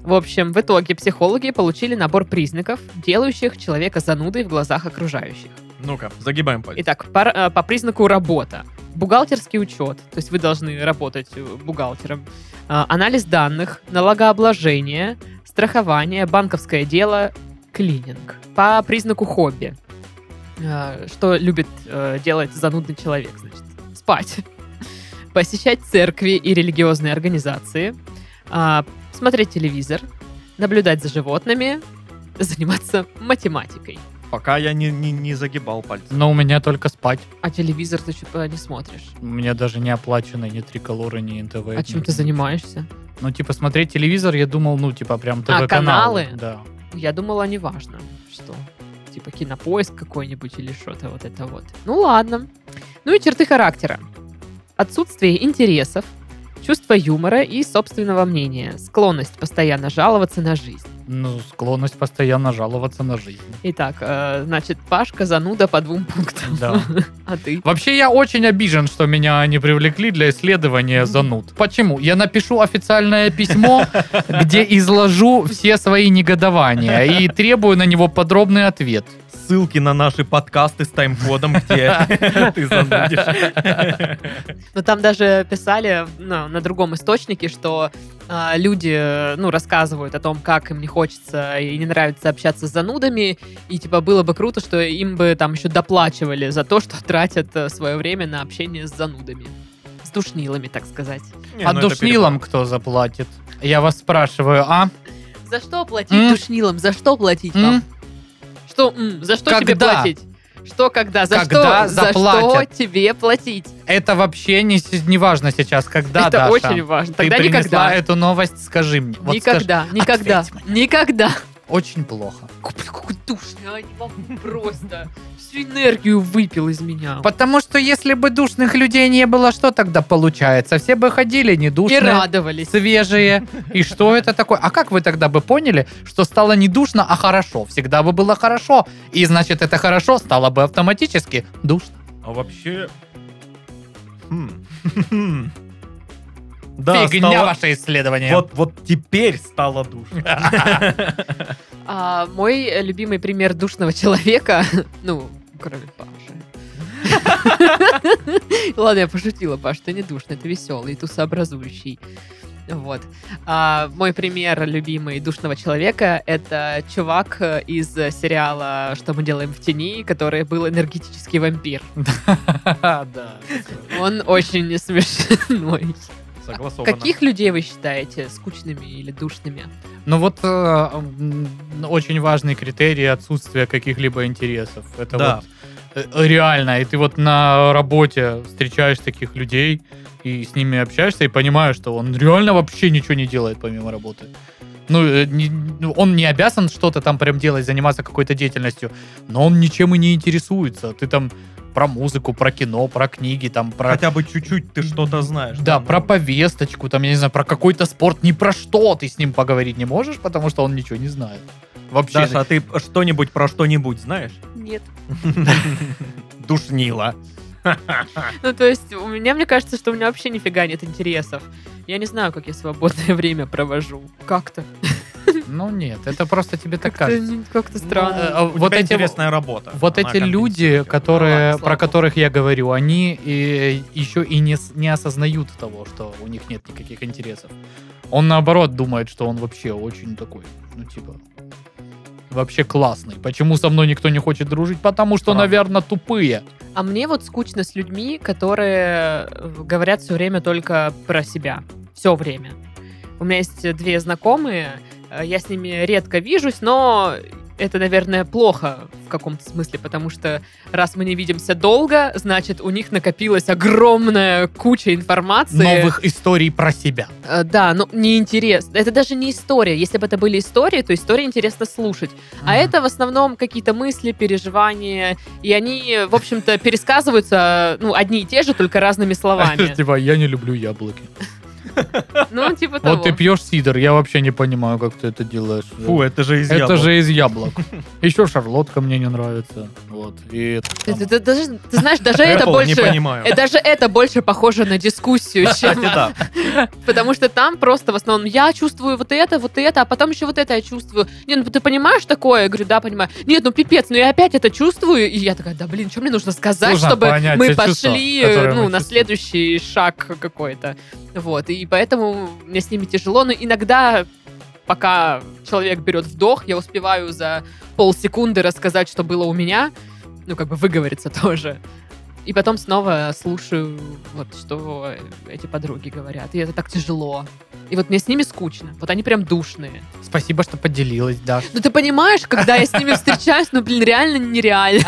Speaker 1: В общем, в итоге психологи получили набор признаков, делающих человека занудой в глазах окружающих.
Speaker 2: Ну-ка, загибаем пальцы.
Speaker 1: Итак, пар- э, по, признаку работа. Бухгалтерский учет, то есть вы должны работать э, бухгалтером. А, Анализ данных, налогообложение, страхование, банковское дело, клининг. По признаку хобби. Э, Что любит э, делать занудный человек, значит? Спать. Посещать церкви и религиозные организации. а, Смотреть телевизор. Наблюдать за животными. Заниматься математикой.
Speaker 2: Пока я не, не, не загибал пальцы.
Speaker 3: Но у меня только спать.
Speaker 1: А телевизор ты что-то не смотришь.
Speaker 3: У меня даже не оплачено ни триколора, ни НТВ.
Speaker 1: А чем
Speaker 3: ни-
Speaker 1: ты занимаешься? А,
Speaker 3: Ну, типа, смотреть телевизор, я думал, ну, типа, прям ТВ-каналы.
Speaker 1: каналы?
Speaker 3: Да.
Speaker 1: Я думала, неважно, что. Типа кинопоиск какой-нибудь или что-то вот это вот. Ну ладно. Ну и черты характера. Отсутствие интересов, чувство юмора и собственного мнения, склонность постоянно жаловаться на жизнь.
Speaker 3: Ну, склонность постоянно жаловаться на жизнь.
Speaker 1: Итак, э, значит, Пашка зануда по двум пунктам.
Speaker 3: Да.
Speaker 1: А ты?
Speaker 3: Вообще, я очень обижен, что меня не привлекли для исследования зануд. Почему? Я напишу официальное письмо, где изложу все свои негодования и требую на него подробный ответ.
Speaker 2: Ссылки на наши подкасты с тайм-кодом, где ты занудишь.
Speaker 1: Но там даже писали ну, на другом источнике, что а, люди, э, ну, рассказывают о том, как им не хочется и не нравится общаться с занудами, и, типа, было бы круто, что им бы там еще доплачивали за то, что тратят э, свое время на общение с занудами. С душнилами, так сказать.
Speaker 2: Не,
Speaker 3: а
Speaker 2: ну это
Speaker 3: душнилам кто заплатит? Я вас спрашиваю, а?
Speaker 1: За что платить
Speaker 3: М?
Speaker 1: душнилам? За что платить
Speaker 3: М?
Speaker 1: вам? Что, м, за что тебе
Speaker 3: Когда?
Speaker 1: платить? Что когда? За
Speaker 3: Когда
Speaker 1: что? За что
Speaker 3: заплатят?
Speaker 1: тебе платить?
Speaker 3: Это вообще не, с- не важно сейчас, когда,
Speaker 1: Это
Speaker 3: Даша.
Speaker 1: очень важно. Тогда
Speaker 3: ты принесла
Speaker 1: никогда.
Speaker 3: эту новость, скажи мне. Вот скажи.
Speaker 1: никогда, никогда,
Speaker 3: ответь
Speaker 1: никогда.
Speaker 3: Очень плохо.
Speaker 1: Капец, какой душный, а, не могу просто. Всю энергию выпил из меня.
Speaker 3: Потому что если бы душных людей не было, что тогда получается? Все бы ходили не
Speaker 1: И
Speaker 3: душные,
Speaker 1: радовались.
Speaker 3: свежие. И что это такое? А как вы тогда бы поняли, что стало не душно, а хорошо? Всегда бы было хорошо. И значит, это хорошо стало бы автоматически душно.
Speaker 2: А вообще... Хм. Да,
Speaker 3: Фигня
Speaker 2: стало-
Speaker 3: ваше исследование.
Speaker 2: Вот, вот теперь стало душно.
Speaker 1: А, мой э, любимый пример душного человека, ну, кроме Паши. Ладно, я пошутила, Паш, ты не душный, ты веселый, тусообразующий. Вот. А, мой пример любимый душного человека — это чувак э, из сериала «Что мы делаем в тени», который был энергетический вампир.
Speaker 3: Да.
Speaker 1: Он очень смешной.
Speaker 2: Согласовано.
Speaker 1: Каких людей вы считаете скучными или душными?
Speaker 3: Ну вот э, м, очень важный критерий отсутствия каких-либо интересов. Это
Speaker 2: Да.
Speaker 3: вот э, реально. И ты вот на работе встречаешь таких людей и с ними общаешься и понимаешь, что он реально вообще ничего не делает помимо работы. Ну, э, не- ну, он не обязан что-то там прям делать, заниматься какой-то деятельностью, но он ничем и не интересуется. Ты там про музыку, про кино, про книги, там про
Speaker 2: Хотя бы чуть-чуть ты что-то знаешь.
Speaker 3: да,
Speaker 2: ну,
Speaker 3: про повесточку, там, я не знаю, про какой-то спорт, ни про что ты с ним поговорить не можешь, потому что он ничего не знает. Вообще.
Speaker 2: Даша, а ты что-нибудь про что-нибудь знаешь?
Speaker 1: Нет.
Speaker 2: Душнила.
Speaker 1: Ну, то есть, у меня, мне кажется, что у меня вообще нифига нет интересов. Я не знаю, как я свободное время провожу. Как-то.
Speaker 3: Ну нет, это просто тебе так
Speaker 1: Как-то,
Speaker 3: кажется.
Speaker 1: не- как-то
Speaker 2: Ну,
Speaker 3: Э,
Speaker 1: странно.
Speaker 3: а
Speaker 2: Вот
Speaker 3: Вот
Speaker 2: тебя
Speaker 3: эти
Speaker 2: интересная работа.
Speaker 3: вот
Speaker 2: Она
Speaker 3: эти люди,
Speaker 2: компенсирует.
Speaker 1: Ну
Speaker 3: которые,
Speaker 1: ладно, слава
Speaker 3: про
Speaker 1: богу.
Speaker 3: которых я говорю, они э, еще и не, с- не осознают того, что у них нет никаких интересов. Он наоборот думает, что он вообще очень такой, ну типа, вообще классный. Почему со мной никто не хочет дружить? Потому что,
Speaker 2: Правда.
Speaker 3: наверное, тупые.
Speaker 1: А мне вот скучно с людьми, которые э, говорят все время только про себя. Все время. У меня есть две знакомые, э, я с ними редко вижусь, но это, наверное, плохо в каком-то смысле, потому что раз мы не видимся долго, значит, у них накопилась огромная куча информации.
Speaker 3: Новых историй про себя.
Speaker 1: Э, Да, ну неинтересно. Это даже не история. Если бы это были истории, то истории интересно слушать. А это в основном какие-то мысли, переживания. И они, в общем-то, пересказываются, ну, одни и те же, только разными словами.
Speaker 3: Типа, я не люблю яблоки.
Speaker 1: Ну, типа
Speaker 3: Вот
Speaker 1: того.
Speaker 3: ты пьешь сидр, я вообще не понимаю, как ты это делаешь.
Speaker 2: Фу, это же из
Speaker 3: это
Speaker 2: яблок.
Speaker 3: же из яблок. Еще шарлотка мне не нравится. Вот. И
Speaker 1: Ты- ты- ты даже- Ты знаешь, даже это
Speaker 2: Apple, не
Speaker 1: больше...
Speaker 2: понимаю.
Speaker 1: э, Даже это больше похоже на дискуссию,
Speaker 2: Кстати,
Speaker 1: чем...
Speaker 2: да.
Speaker 1: Потому что там просто в основном я чувствую вот это, вот это, а потом еще вот это я чувствую. Не, ну ты понимаешь такое? Я говорю, да, понимаю. Нет, ну пипец, ну я опять это чувствую. И я такая, да блин, что мне нужно сказать,
Speaker 3: Нужно
Speaker 1: чтобы
Speaker 3: понять
Speaker 1: мы
Speaker 3: те чувства,
Speaker 1: пошли
Speaker 3: которые
Speaker 1: э,
Speaker 3: мы
Speaker 1: ну, на
Speaker 3: чувствуем.
Speaker 1: следующий шаг какой-то. Вот, и поэтому мне с ними тяжело. Но иногда, пока человек берет вдох, я успеваю за полсекунды рассказать, что было у меня. Ну, как бы выговориться тоже. И потом снова слушаю, вот что эти подруги говорят. И это так тяжело. И вот мне с ними скучно. Вот они прям душные.
Speaker 3: Спасибо, что поделилась, Даш.
Speaker 1: Ну ты понимаешь, когда я с ними встречаюсь, ну блин, реально нереально.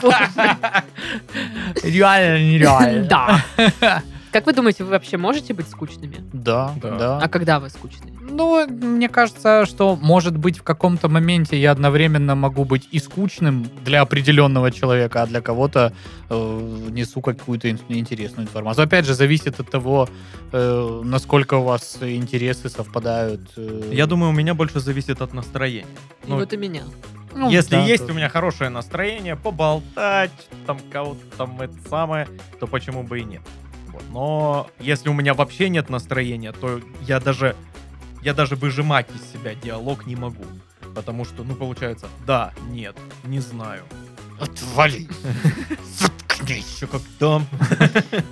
Speaker 1: Сложно.
Speaker 3: Реально, нереально.
Speaker 1: Да. Как вы думаете, вы вообще можете быть скучными?
Speaker 3: Да,
Speaker 2: Да.
Speaker 1: А
Speaker 3: да.
Speaker 1: когда вы скучные?
Speaker 3: Ну, мне кажется, что, может быть, в каком-то моменте я одновременно могу быть и скучным для определенного человека, а для кого-то э, несу какую-то ин- интересную информацию. Опять же, зависит от того, э, насколько у вас интересы совпадают. э.
Speaker 2: Я думаю, у меня больше зависит от настроения.
Speaker 1: И
Speaker 2: Ну,
Speaker 1: вот и меня.
Speaker 3: Ну,
Speaker 2: Если
Speaker 3: да,
Speaker 2: есть
Speaker 3: тоже.
Speaker 2: у меня хорошее настроение, поболтать, там кого-то там это самое, то почему бы и нет. Вот. Но если у меня вообще нет настроения, то я даже я даже выжимать из себя диалог не могу. Потому что, ну, получается, да, нет, не знаю.
Speaker 3: Отвали. Заткнись.
Speaker 2: Еще когда?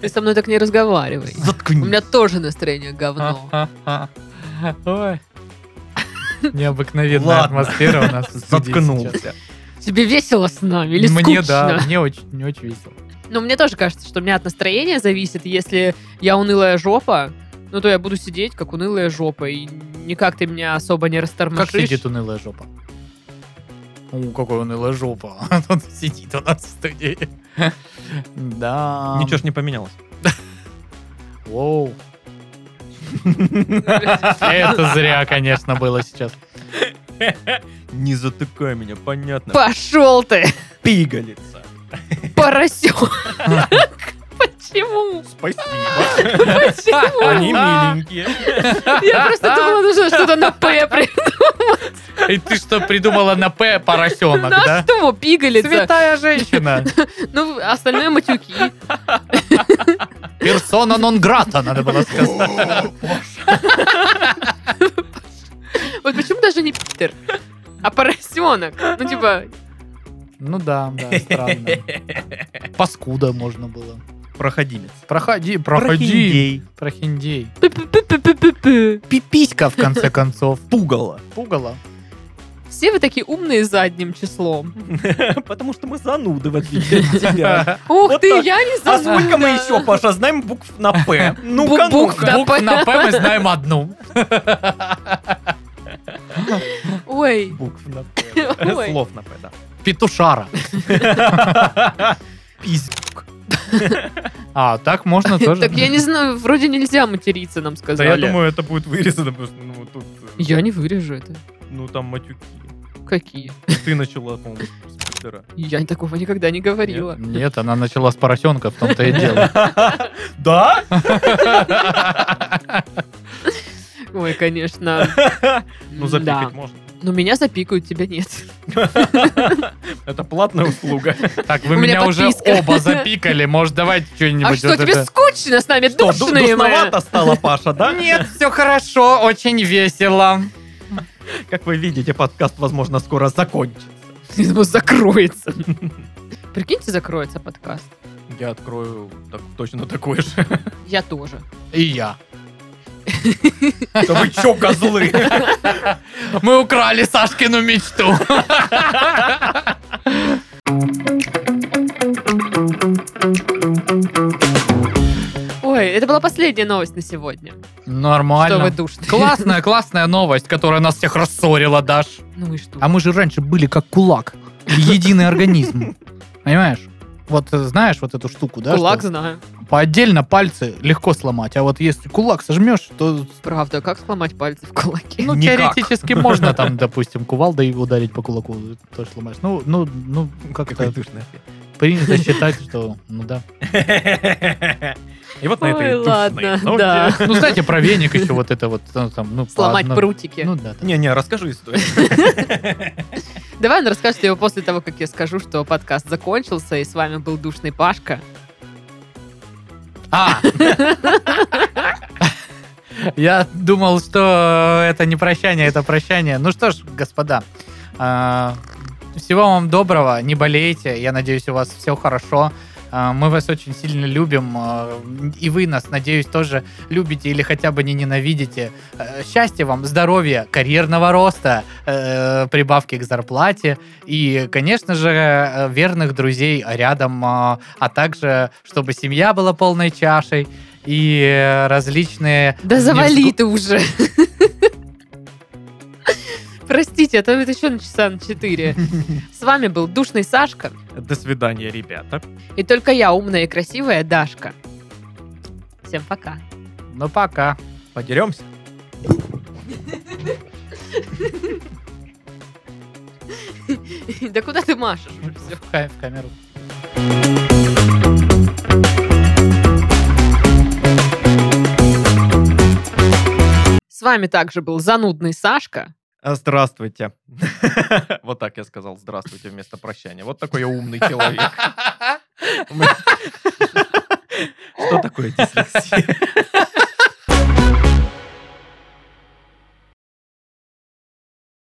Speaker 1: Ты со мной так не разговаривай. У
Speaker 2: Заткнись.
Speaker 1: меня тоже настроение говно.
Speaker 3: Ой. Необыкновенная
Speaker 2: Ладно.
Speaker 3: атмосфера у нас. в студии
Speaker 2: Заткнулся.
Speaker 3: сейчас.
Speaker 1: Тебе весело с нами или
Speaker 3: Мне, да,
Speaker 1: скучно?
Speaker 3: мне очень, не очень весело.
Speaker 1: Ну, мне тоже кажется, что у меня от настроения зависит. Если я унылая жопа, ну, то я буду сидеть, как унылая жопа, и никак ты меня особо не растормошишь.
Speaker 3: Как сидит унылая жопа? У, какой унылая жопа. Он сидит у нас в студии. Да.
Speaker 2: Ничего ж не поменялось.
Speaker 3: Воу. Это зря, конечно, было сейчас.
Speaker 2: Не затыкай меня, понятно.
Speaker 1: Пошел ты,
Speaker 2: Пигалица.
Speaker 1: поросенок! Почему?
Speaker 2: Спасибо. Они
Speaker 1: Почему?
Speaker 2: миленькие.
Speaker 1: Я просто думала, нужно что-то на П придумать.
Speaker 3: И ты что, придумала на П поросенок,
Speaker 1: На
Speaker 3: да?
Speaker 1: что пигалица?
Speaker 3: женщина.
Speaker 1: Ну, остальное матюки.
Speaker 3: Персона нон грата, надо было сказать.
Speaker 1: Вот почему даже не Питер, а поросенок? Ну, типа,
Speaker 3: Ну да, да, странно. Паскуда можно было.
Speaker 2: Проходимец.
Speaker 3: Проходи, проходи.
Speaker 2: Прохиндей.
Speaker 3: Прохиндей.
Speaker 1: пы-пы-пы-пы-пы-пы.
Speaker 3: Пиписька, в конце концов.
Speaker 2: Пугало.
Speaker 3: Пугало.
Speaker 1: Все вы такие умные задним числом.
Speaker 2: Потому что мы зануды, в отличие от тебя.
Speaker 1: Ух
Speaker 2: Вот
Speaker 1: ты,
Speaker 2: так.
Speaker 1: я не
Speaker 2: А
Speaker 1: знаю.
Speaker 2: сколько мы еще, Паша, знаем букв на П? Ну, Ну-ка,
Speaker 1: Бу- букв,
Speaker 2: ну-ка.
Speaker 1: да.
Speaker 3: Букв на П мы знаем одну.
Speaker 1: Ой,
Speaker 2: Букв на П.
Speaker 1: Ой.
Speaker 2: Слов на П, да.
Speaker 3: Петушара.
Speaker 2: Пиздюк.
Speaker 3: А, так можно тоже.
Speaker 1: так я не знаю, вроде нельзя материться, нам
Speaker 2: Да я
Speaker 1: сказали.
Speaker 2: думаю, это будет вырезано, потому что ну, тут... э,
Speaker 1: Я не вырежу это.
Speaker 2: Ну, там матюки.
Speaker 1: Какие?
Speaker 2: Ты начала, по-моему, с Питера.
Speaker 1: Я такого никогда не говорила.
Speaker 3: Нет, она начала с поросенка, в том-то и дело.
Speaker 2: Да?
Speaker 1: Ой, конечно.
Speaker 2: Ну,
Speaker 1: Да.
Speaker 2: запикать можно.
Speaker 1: Но меня запикают, тебя нет.
Speaker 2: Это платная услуга.
Speaker 3: Так, вы
Speaker 1: У меня
Speaker 3: меня уже
Speaker 1: подписка.
Speaker 3: оба запикали. Может, давайте что-нибудь.
Speaker 1: А что,
Speaker 3: вот
Speaker 1: тебе
Speaker 3: это-
Speaker 1: скучно с нами,
Speaker 2: Что, ду-
Speaker 1: душные мы?
Speaker 2: душновато стало, Паша, да?
Speaker 3: Нет, все хорошо, очень весело.
Speaker 2: Как вы видите, подкаст, возможно, скоро закончится.
Speaker 1: Ну, закроется. Прикиньте, закроется подкаст.
Speaker 2: Я открою так- точно такой же.
Speaker 1: Я тоже.
Speaker 3: И я.
Speaker 2: Да вы чё, козлы?
Speaker 3: Мы украли Сашкину мечту.
Speaker 1: Ой, это была последняя новость на сегодня. Что вы
Speaker 3: Нормально.
Speaker 1: душные.
Speaker 3: Классная, классная новость, которая нас всех рассорила, Даш.
Speaker 1: Ну и что?
Speaker 3: А мы же раньше были как кулак. Единый организм. Понимаешь? Вот э, знаешь вот эту штуку, да?
Speaker 1: Кулак
Speaker 3: что
Speaker 1: знаю.
Speaker 3: по отдельно пальцы легко сломать, а вот если кулак сожмешь, то
Speaker 1: Правда, как сломать пальцы в кулаке?
Speaker 3: ну,
Speaker 2: Никак.
Speaker 3: теоретически можно там, допустим, кувалдой ударить по кулаку, тоже сломаешь. Ну, ну, ну,
Speaker 2: Какой
Speaker 3: как-то
Speaker 2: душный.
Speaker 3: принято считать, что, ну да.
Speaker 2: И вот на
Speaker 1: Ой,
Speaker 2: этой
Speaker 1: ладно,
Speaker 2: душной
Speaker 1: да.
Speaker 3: Ну, знаете, про веник еще вот это вот, ну, там, ну, по
Speaker 1: Сломать
Speaker 3: одной-
Speaker 1: прутики.
Speaker 3: Ну, да. там.
Speaker 2: Не-не, расскажи историю.
Speaker 1: Давай он расскажет его после того, как я скажу, что подкаст закончился, и с вами был душный Пашка.
Speaker 3: А! Я думал, что это не прощание, это прощание. Ну что ж, господа, а, всего вам доброго, не болейте, я надеюсь, у вас все хорошо. А, Мы вас очень сильно любим, а, и вы нас, надеюсь, тоже любите или хотя бы не ненавидите. Э, Счастья вам, здоровья, карьерного роста, э, прибавки к зарплате и, конечно же, э, верных друзей рядом, а а также, чтобы семья была полной чашей и э, различные...
Speaker 1: Да
Speaker 3: невзго-
Speaker 1: завали ты уже. Простите, а то это еще на часа на 4. С вами был душный Сашка,
Speaker 2: До свидания, ребята.
Speaker 1: и только я, умная и красивая Дашка. Всем пока.
Speaker 3: Ну, пока.
Speaker 2: Подеремся.
Speaker 1: Да куда ты машешь уже все?
Speaker 3: В ка- в камеру.
Speaker 1: С вами также был занудный Сашка.
Speaker 2: А, Здравствуйте. Вот так я сказал здравствуйте вместо прощания. Вот такой я умный человек. У меня- Что такое дислексия?